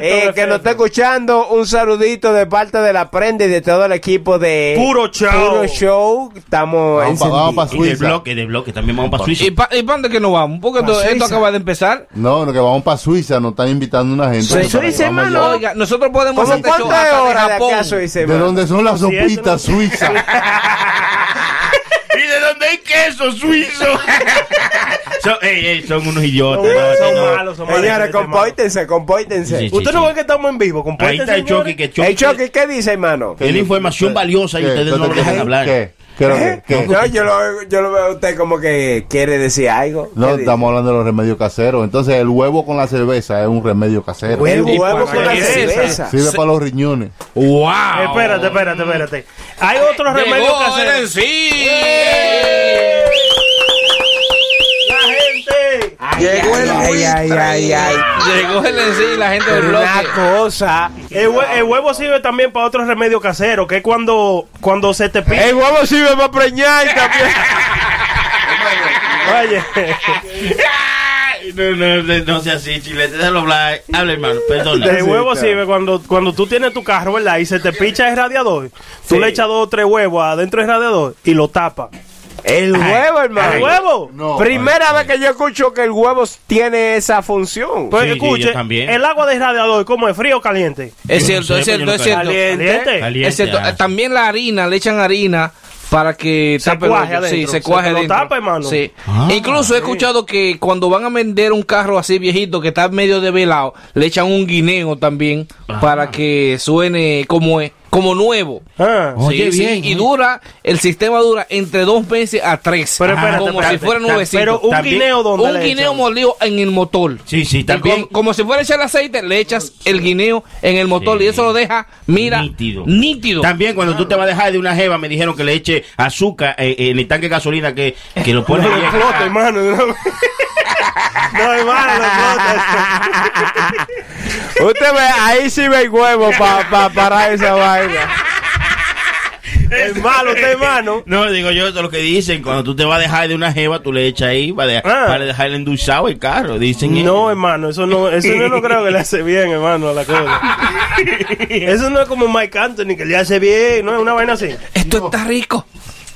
eh, que nos está escuchando, un saludito de parte de la prenda y de todo el equipo de
Puro Show.
Puro Show. Estamos
Vamos pa- vamos pa'
encendidos.
Suiza. Y de bloque, de bloque. También vamos para Suiza. Ah,
¿Y para dónde que nos vamos? Porque
Pa'
esto, esto
Suiza.
acaba de empezar.
No, no, que vamos para Suiza, nos están invitando una gente. que para- vamos allá.
Oiga, nosotros podemos
¿Cómo
hacer este show
cuántas
hasta de
horas de
Japón.
acá a Suiza,
De donde son las sopitas suizas.
¿Y de dónde hay queso suizo? son, ey, ey, son unos idiotas. mano, no.
Señores,
Este
compóitense, compóitense.
Sí, sí, Usted no sí.
ve que estamos en vivo,
compóitense, Ahí está el señores. Chucky, que Chucky-
El Chucky, ¿qué dice, hermano?
Es la información valiosa y
¿Qué?
ustedes no lo dejan
¿Qué?
hablar.
¿Qué?
¿Qué? ¿Qué?
No, yo lo, yo lo veo a usted como que quiere decir algo.
No,
¿Qué dice?
estamos hablando de los remedios caseros. Entonces, el huevo con la cerveza es un remedio casero.
Huevo,
Y
huevo
para
con la
qué sirve?
cerveza.
Sirve
Se-
para los riñones.
¡Wow!
Espérate, espérate, espérate. Hay otros remedios que hacer. Eh,
sí!
Llegó el ay, ay, ay, ay.
Llegó el en sí, la gente del bloque.
Una cosa.
El, hue- el huevo sirve también para otros remedios caseros, que es cuando, cuando se te pide.
El huevo sirve para preñar también.
Oye,
No, no, no, no sea así, chilete. Déjalo hablar. Habla, hermano. Perdona.
el huevo sirve cuando, cuando tú tienes tu carro, ¿verdad? Y se te picha el radiador. Tú le echas dos o tres huevos adentro del radiador y lo tapas.
El huevo, hermano.
¿El huevo? No.
Primera vez que yo escucho que el huevo tiene esa función.
Pues escuche, el agua del radiador, ¿cómo es frío o caliente?
Es cierto, es cierto, es cierto.
Caliente.
Es cierto. Eh, También la harina, le echan harina para que se
cuaje
Sí,
adentro,
se
se
cuaje
lo
adentro.
tapa, hermano.
Sí.
Ah,
Incluso he escuchado que cuando van a vender un carro así viejito que está medio develado, le echan un guineo también para que suene como es. Como nuevo.
Ah.
Sí,
Oye,
sí,
bien,
Y
eh.
dura, el sistema dura entre dos meses a tres.
Pero espérate,
como
espérate.
si fuera nuevecito.
Pero un También- guineo, ¿dónde
Un
le
guineo molido en el motor.
Sí, sí,
también.
también.
Como, como si fuera echar aceite, le echas el guineo en el motor y eso lo deja, mira, nítido.
También cuando tú te vas a dejar de una jeva, me dijeron que le eche azúcar eh, en el tanque de gasolina que, que lo pones.
No
bien.
explota, hermano. No, No, hermano, no explota.
Usted ve, ahí sí ve el huevo pa- pa- para esa vaina.
Es malo, usted es malo.
No, digo yo, eso es lo que dicen. Cuando tú te vas a dejar de una jeva, tú le echas ahí para, de-
Ah. Mm.
para dejar el endulzado el carro. Dicen ellos.
No, hermano, eso no, eso yo no creo que le hace bien, hermano, a la cosa. Eso no es como Mike Anthony, que le hace bien, no es una vaina así.
Esto está rico.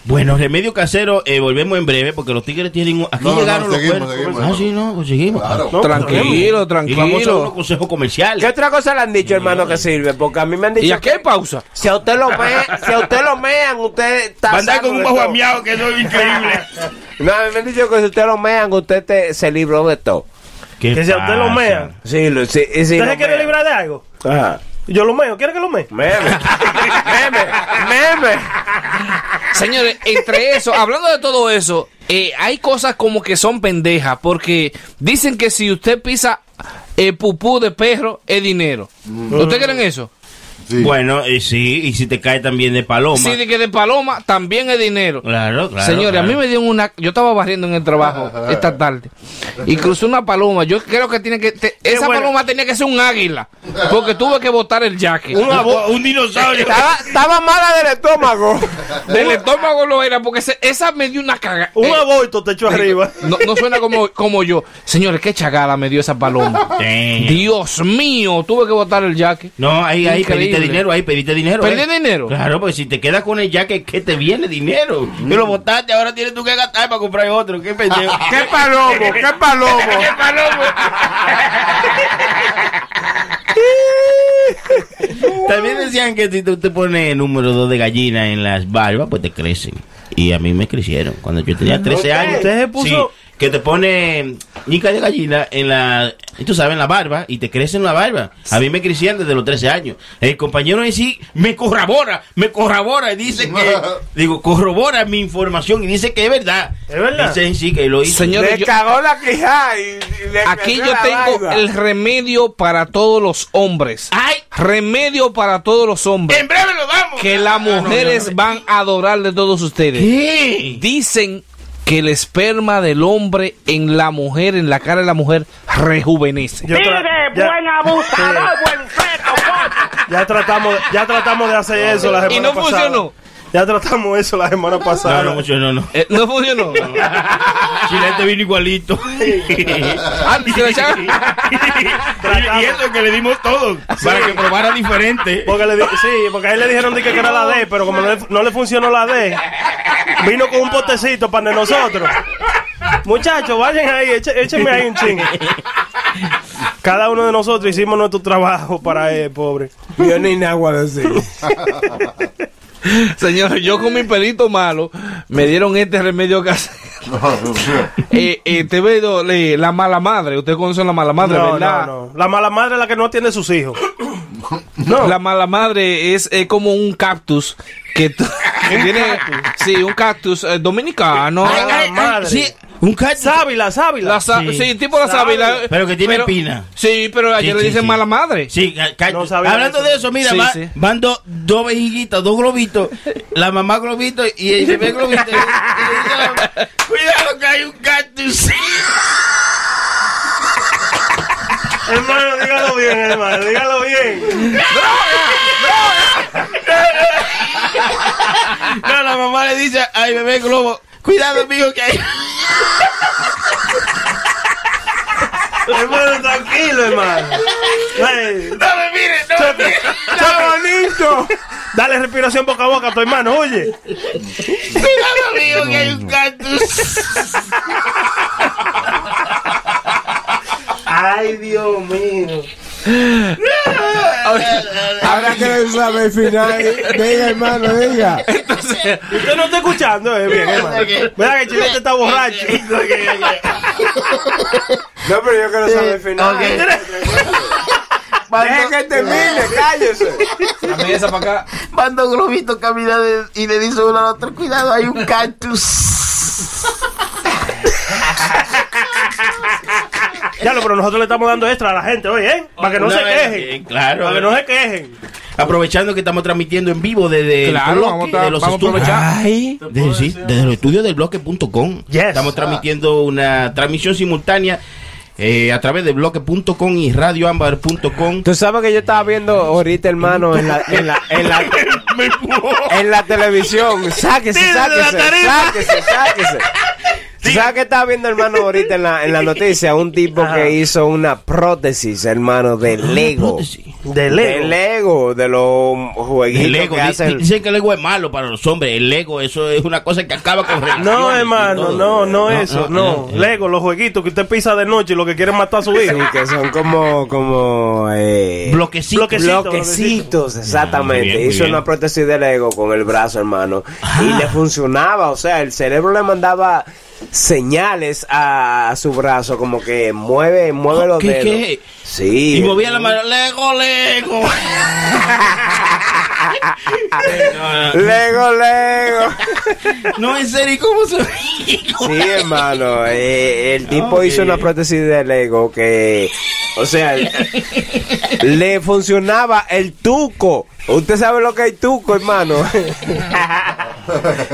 Bueno, remedio casero, eh, volvemos en breve porque los tigres tienen. un- Aquí
No, no,
llegaron los
seguimos,
cuernos.
seguimos,
Ah, sí, no, conseguimos.
Tranquilo,
No, volvemos. Y vamos a
tranquilo.
unos consejos comerciales.
¿Qué otra cosa le han dicho, hermano, que sirve? Porque a mí me han dicho.
¿Y a qué pausa?
Si a usted lo mean, si a usted lo mean, usted está.
Va a andar
sano
con un
de
bajo
todo.
amiado que eso es increíble.
No, a mí me han dicho que si usted lo mean, usted te- se libró de todo.
Que si a usted lo mea.
Sí, lo, sí, sí,
¿Usted
lo
se quiere
mea.
librar de algo?
Ajá.
Yo lo meo, ¿quiere que lo mee?
Meme. Meme.
Señores, entre eso, hablando de todo eso, eh, hay cosas como que son pendejas, porque dicen que si usted pisa eh, pupú de perro, es dinero. ¿Ustedes creen eso?
Bueno, eh, sí, y si te cae también de paloma.
Sí, de que de paloma también es dinero.
Claro, claro.
Señores,
claro.
a mí me dieron una. Yo estaba barriendo en el trabajo esta tarde y crucé una paloma. Yo creo que tiene que. te- esa
bueno.
paloma tenía que ser un águila porque tuve que botar el jaque.
Un abo- un dinosaurio.
Estaba, estaba mala del estómago.
Del estómago lo era porque se- esa me dio una caga.
Un
eh,
aborto te echó arriba.
No, no suena como, como yo. Señores, qué chagada me dio esa paloma. Dios mío, tuve que botar el jaque.
No, ahí, ahí,
Increíble.
pediste dinero, ahí, pediste dinero.
¿Perdí
eh.
dinero?
Claro, pues si te quedas con el jaque, ¿qué te viene dinero? Tú lo botaste, ahora tienes tú que gastar para comprar otro. ¿Qué pendejo?
¡Qué palomo! ¡Qué palomo!
¡Qué palomo! También decían que si tú te pones el número 2 de gallina en las barbas, pues te crecen. Y a mí me crecieron cuando yo tenía 13
Ok.
años.
Usted se puso-
Sí, que te pone nica de gallina en la, y tú sabes, en la barba y te crece en la barba. A mí me crecían desde los 13 años. El compañero en sí me corrobora, me corrobora y dice que, digo, corrobora mi información y dice que es verdad. Es
verdad.
Dice sí que lo hizo.
Señores, Le yo-
cagó la quijada y, y
Ah,
le
Aquí
creció
yo
la
tengo
barba.
el remedio para todos los hombres.
¡Ay!
Remedio para todos los hombres.
En breve lo damos.
Que las mujeres van a adorar de todos ustedes. Dicen que el esperma del hombre en la mujer, en la cara de la mujer, rejuvenece.
Yo tra- ya- Sí. Ya tratamos, ya tratamos de hacer eso la
Y
semana
no
pasada.
funcionó. Eh,
Ya tratamos eso la semana pasada.
No, no funcionó, no.
no funcionó.
Chilete vino igualito. y eso que le dimos todo. Para que probara diferente.
Porque le di- sí, porque a él le dijeron de que era la D, pero como no le, no le funcionó la D, vino con un potecito para de nosotros. Muchachos, vayan ahí, eche- échenme ahí un ching. Cada uno de nosotros hicimos nuestro trabajo para él, pobre.
Yo ni nada voy a decir.
Señores, yo con mi pelito malo me dieron este remedio casero. eh, eh, te veo le- la mala madre. Ustedes conocen la mala madre,
No,
¿verdad?
no, no. La mala madre es la que no tiene sus hijos.
La mala madre es eh, como un cactus que, t- que tiene. Sí, un cactus eh, dominicano.
madre.
Sí,
un cactus.
Sábila, sábila.
La sa- sí. tipo la sábila. eh,
Pero que tiene espina.
Sí, pero ayer
Sí,
le
sí,
dicen
sí.
mala madre.
Sí, ca- ca-
No sabía
hablando
eso.
de eso, mira,
Sí,
va-
sí.
van dos dos vejiguitas, dos globitos. La mamá globito y el bebé globito. Y le dice a la mamá, Cuidado que hay un cactus.
hermano, dígalo bien, hermano, dígalo bien.
No, la mamá le dice al bebé globo, cuidado, mijo, que hay...
hermano, tranquilo, hermano. Ay.
No me mire, no me mire.
¡Chamonito! Dale respiración boca a boca a tu hermano, oye.
Cuidado, mijo, que hay un cactus.
Ay, Dios mío.
Ahora que no sabe el final, diga hermano, diga.
Usted no está escuchando, eh, bien, hermano. ¿Verdad que Chilete está borracho?
No, pero yo quiero saber el final. Deja que termine, cállese.
esa para acá.
Mando globito camina y le dice uno al otro, cuidado, hay un cactus.
Ya lo, pero nosotros le estamos dando extra a la gente, oye, ¿eh? Para que no,
Una
se
vez,
quejen.
bien, claro.
Para que no se quejen.
Aprovechando que estamos transmitiendo en vivo desde
Claro,
el bloque,
vamos a-
de los
vamos a
estudios.
aprovechar.
Ay, desde, sí, desde los estudios del bloque.com. Estamos
Ah.
Oh
transmitiendo una transmisión simultánea eh, a través de bloque.com y radioambar.com.
Tú sabes que yo estaba viendo ahorita, hermano, en la, en la, en la, en la televisión. Sáquese, sáquese, sáquese, sáquese. Tú ¿Sabes que estaba viendo, hermano, ahorita en la, en la noticia? Un tipo que hizo una prótesis, hermano, de Lego.
De Lego.
De Lego, de los jueguitos
El ego,
que
di-
hacen.
dicen que el ego es malo para los hombres. El ego, eso es una cosa que acaba con relaciones. y
No, hermano,
todo. Ah,
no, no eso, no. Lego, los jueguitos que usted pisa de noche y lo que quiere es matar a su
Sí,
hijo.
que son como, como eh,
Bloquecitos.
bloquecitos,
bloquecitos.
exactamente.
Muy bien, muy
Hizo
bien. Ah.
una prótesis de Lego con el brazo, hermano, y le funcionaba. O sea, el cerebro le mandaba señales a, a su brazo, como que mueve, mueve los
¿Qué,
dedos.
qué?
Sí.
Y movía la mano, Lego, Lego. No, no.
Lego, Lego.
No, en serio, ¿cómo se
Sí, hermano. eh, el tipo hizo una prótesis de Lego que, o sea, le funcionaba el tuco. Usted sabe lo que es tuco, hermano.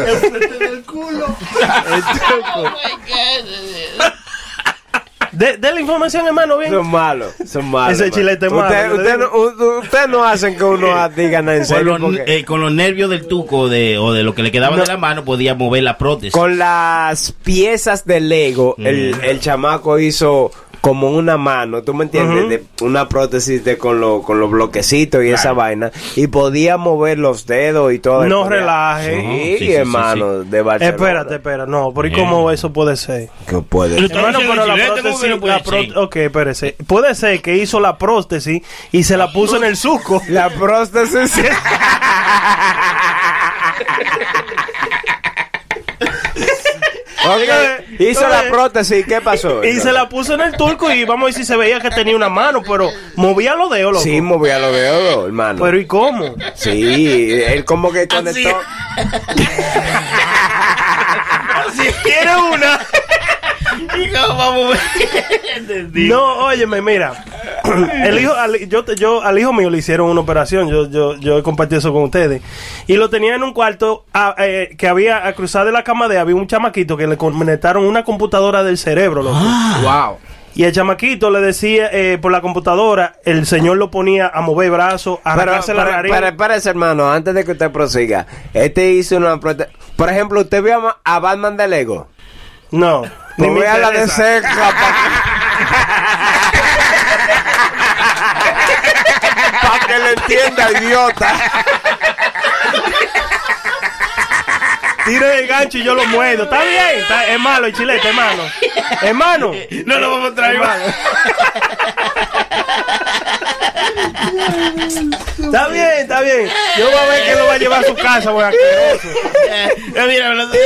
De, de la información, hermano, bien.
Son malos, son malos.
Ese
hermano.
chilete es malo,
Usted-
te
usted no- u- Ustedes no, hacen que uno diga nada en
con
serio.
los,
porque-
eh, con los nervios del tuco de, o de lo que le quedaba
No.
de la mano podía mover la prótesis.
Con las piezas de Lego, el,
Mm.
el chamaco hizo como una mano, ¿tú me entiendes? De- una prótesis de con, lo- con los bloquecitos y esa vaina. Y podía mover los dedos y todo.
No
Podía-
relaje.
Sí,
No, sí, sí, sí,
hermano, de Barcelona.
Espérate, espera, no, pero ¿y cómo eso puede ser?
Que puede
Lo está
Hermano,
diciendo
pero la
Chilete, ¿cómo que
prótesis,
no puede
la pró-
ser?
ok, espérese. Puede ser que hizo la prótesis y se la puso en el suco.
La prótesis.
Ok,
Ok, Hizo la prótesis, ¿qué pasó?
Y se la puso en el turco y vamos a decir, se veía que tenía una mano, pero movía los dedos, loco.
Sí, movía los dedos, hermano.
Pero ¿y cómo?
Sí, él como que conectó.
Ah, Si quiere una. No, óyeme, mira. El hijo, al, yo, te- yo, al hijo mío le hicieron una operación. Yo, yo, yo he compartido eso con ustedes. Y lo tenía en un cuarto a- eh, que había, a cruzar de la cama de había un chamaquito que le conectaron una computadora del cerebro, loco.
Wow.
Y el chamaquito le decía eh, por la computadora, el señor lo ponía a mover brazos, a
Pero,
arrancarse la
pero,
nariz.
pero espérese, hermano, antes de que usted prosiga. Este hizo una prote- Por ejemplo, ¿usted vio a Ma- a Batman de Lego?
No.
Pues
ni me
voy a la de
interesa.
cerca para que le entienda, idiota.
Tira el gancho y yo lo muerdo. Está bien, está, es malo el chilete, hermano. Hermano. No lo vamos a traer Está bien, está bien. Yo voy a ver que lo va a llevar a su casa, güey.
Ah, Mira, hablando de-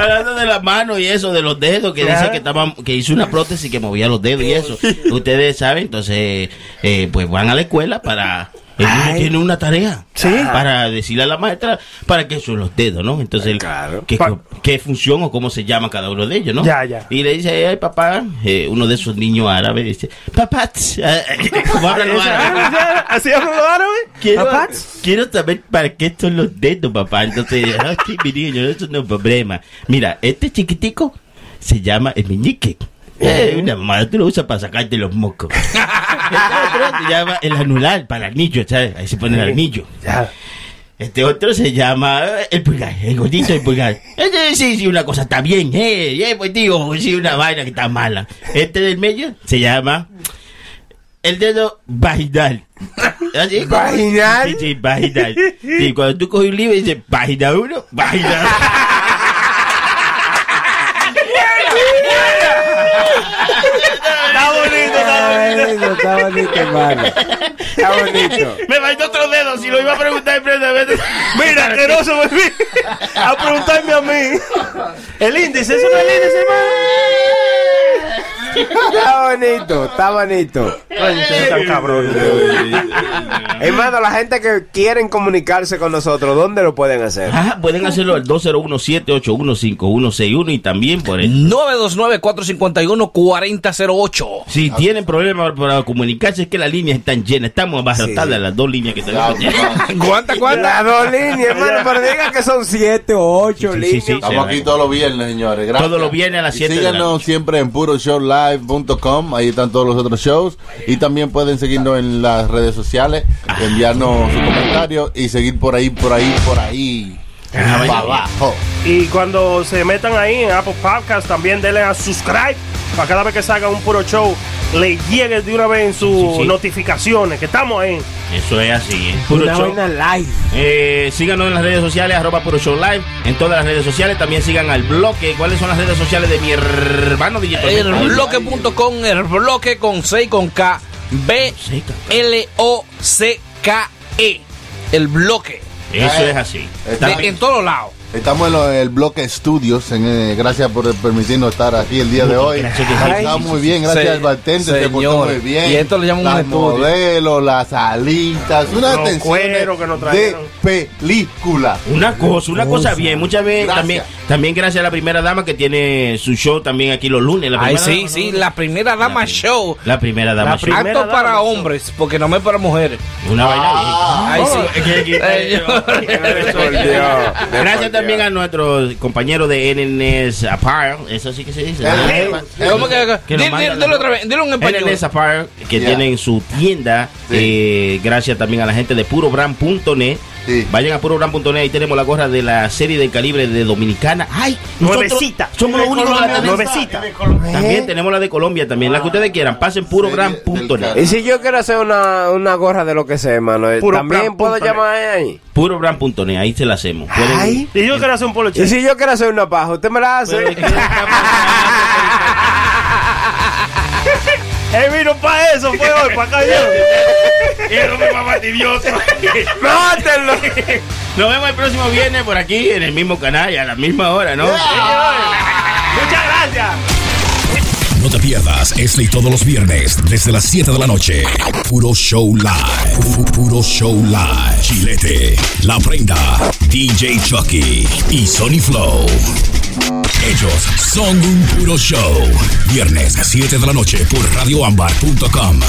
hablando de la mano y eso, de los dedos, que
Ajá.
dice que estaba, que hizo una prótesis que movía los dedos y eso. Ustedes saben, entonces, eh, pues van a la escuela para. eh, El niño tiene una tarea para decirle a la maestra para qué son los dedos, ¿no?
Eh,
Entonces, el- qué, qué función o cómo se llama cada uno de ellos, ¿no?
Ya, ya.
Y le dice, ay, papá, eh, uno de esos niños árabes dice, papá, tss, ah, ah, ¿cómo hablan los árabes?
¿Así hablan los árabes?
Quiero,
Papá.
quiero saber para qué son los dedos, papá. Entonces, ah, sí, mi niño, eso no es problema. Mira, este chiquitico se llama el meñique.
Oh.
Eh, una mamá, tú lo usas para sacarte los mocos. Este otro se llama el anular, para el anillo, ¿sabes? Ahí se pone el anillo. Este otro se llama eh, el pulgar, el gordito del pulgar. Este, sí, sí, una cosa está bien, eh, eh, pues digo, sí, una vaina que está mala. Este del medio se llama el dedo vaginal. ¿Así? ¿Vaginal? Sí, sí, vaginal. Sí, cuando tú coges un libro y dices vagina uno, vagina dos.
Está bonito, está bonito.
Está bonito, hermano. Está bonito.
Me faltó otro dedo, si lo iba a preguntar
Mira, asqueroso, volví a preguntarme a mí. El índice, eso no es el índice,
Está bonito, está bonito. Hermano, la gente que quieren comunicarse con nosotros, ¿dónde lo pueden hacer?
Ah,
Ajá, pueden hacerlo al 201-781-5161 y también por el
929-451-4008.
Si tienen problemas para comunicarse, es que las líneas están llenas. Estamos abarrotadas las dos líneas que tenemos.
¿Cuánta, cuánta? Las dos líneas, hermano, pero digan que son siete o ocho
sí,
líneas.
sí,
Estamos aquí todos los viernes, señores. Gracias.
Todos los viernes a las
Y
7 de la
Síganos siempre en puroshowlive.com. Ahí están todos los otros shows. Y también pueden seguirnos en las redes sociales, enviarnos sus comentarios y seguir por ahí, por ahí, por ahí.
Ah,
Pa'
vaya.
abajo.
Y cuando se metan ahí en Apple Podcast, también denle a subscribe para cada vez que salga un puro show, le llegue de una vez en sus
Sí, sí.
notificaciones, que estamos ahí.
Eso es así. ¿eh? Puro
Una
show.
live.
Eh, síganos en las redes sociales, arroba puro show live. En todas las redes sociales también sigan al bloque. ¿Cuáles son las redes sociales de mi hermano DJ
Eh,
Tormenta?
Elbloque.com, el bloque con C y con K. B L O C K E. El bloque.
Eso es así.
De- en todos lados.
Estamos en, lo- en el bloque estudios. en, eh, gracias por permitirnos estar aquí el día de hoy.
Gracias,
que sí.
Ay, Está
sí,
muy
sí,
bien,
sí.
gracias
Se-
al bartender. Se portó muy
señores,
bien.
y esto le llaman un
Las
estudio.
modelos, las alitas, una
Los
atención
cueros que nos
de
trajeron.
película.
Una cosa, una cosa bien. Muchas veces
Gracias.
también, también gracias a la primera dama que tiene su show también aquí los lunes. La
Ay,
primera
sí,
dama,
sí, la primera dama show.
La primera dama show.
Acto para hombres, porque no me para mujeres. Ah,
Una vaina bien. Oh,
Ay, sí.
Ay, Gracias también a nuestros compañeros de NNS Apparel, eso sí que se dice.
Eh, ¿Cómo que?
Que
Dilo
nos
dilo-
mandan
dilo otra vez, dilo en español.
NNS Apparel, que
Ya.
tienen su tienda. eh, gracias también a la gente de purobrand.net. Vayan a purobrand.net, ahí tenemos la gorra de la serie del calibre de Dominicana. ¡Ay! nosotros
Nuevecita.
Somos los
De
únicos que la
Colombia,
tenemos.
nuevecita.
También tenemos la de Colombia también, la que ustedes quieran. Pasen
Y
purobrand.net.
si yo quiero hacer una, una gorra de lo que sea, hermano, eh,
Puro plan,
también puedo
punto
llamar ahí.
Purobrand.net, ahí se la hacemos. Pueden-
Y yo quiero hacer un polo
Y si yo quiero hacer una paja, usted me la hace.
Él Eh, vino para eso, fue hoy, para acá yo.
Él no me va a idiota.
¡Mátenlo!
Nos vemos el próximo viernes por aquí, en el mismo canal, y a la misma hora, ¿no?
Muchas gracias.
No te pierdas este y todos los viernes desde las 7 de la noche. Puro Show Live. Pu- Puro Show Live. Chilete, La Prenda, DJ Chucky y Sony Flow. Ellos son un puro show. Viernes 7 de la noche por radioambar.com.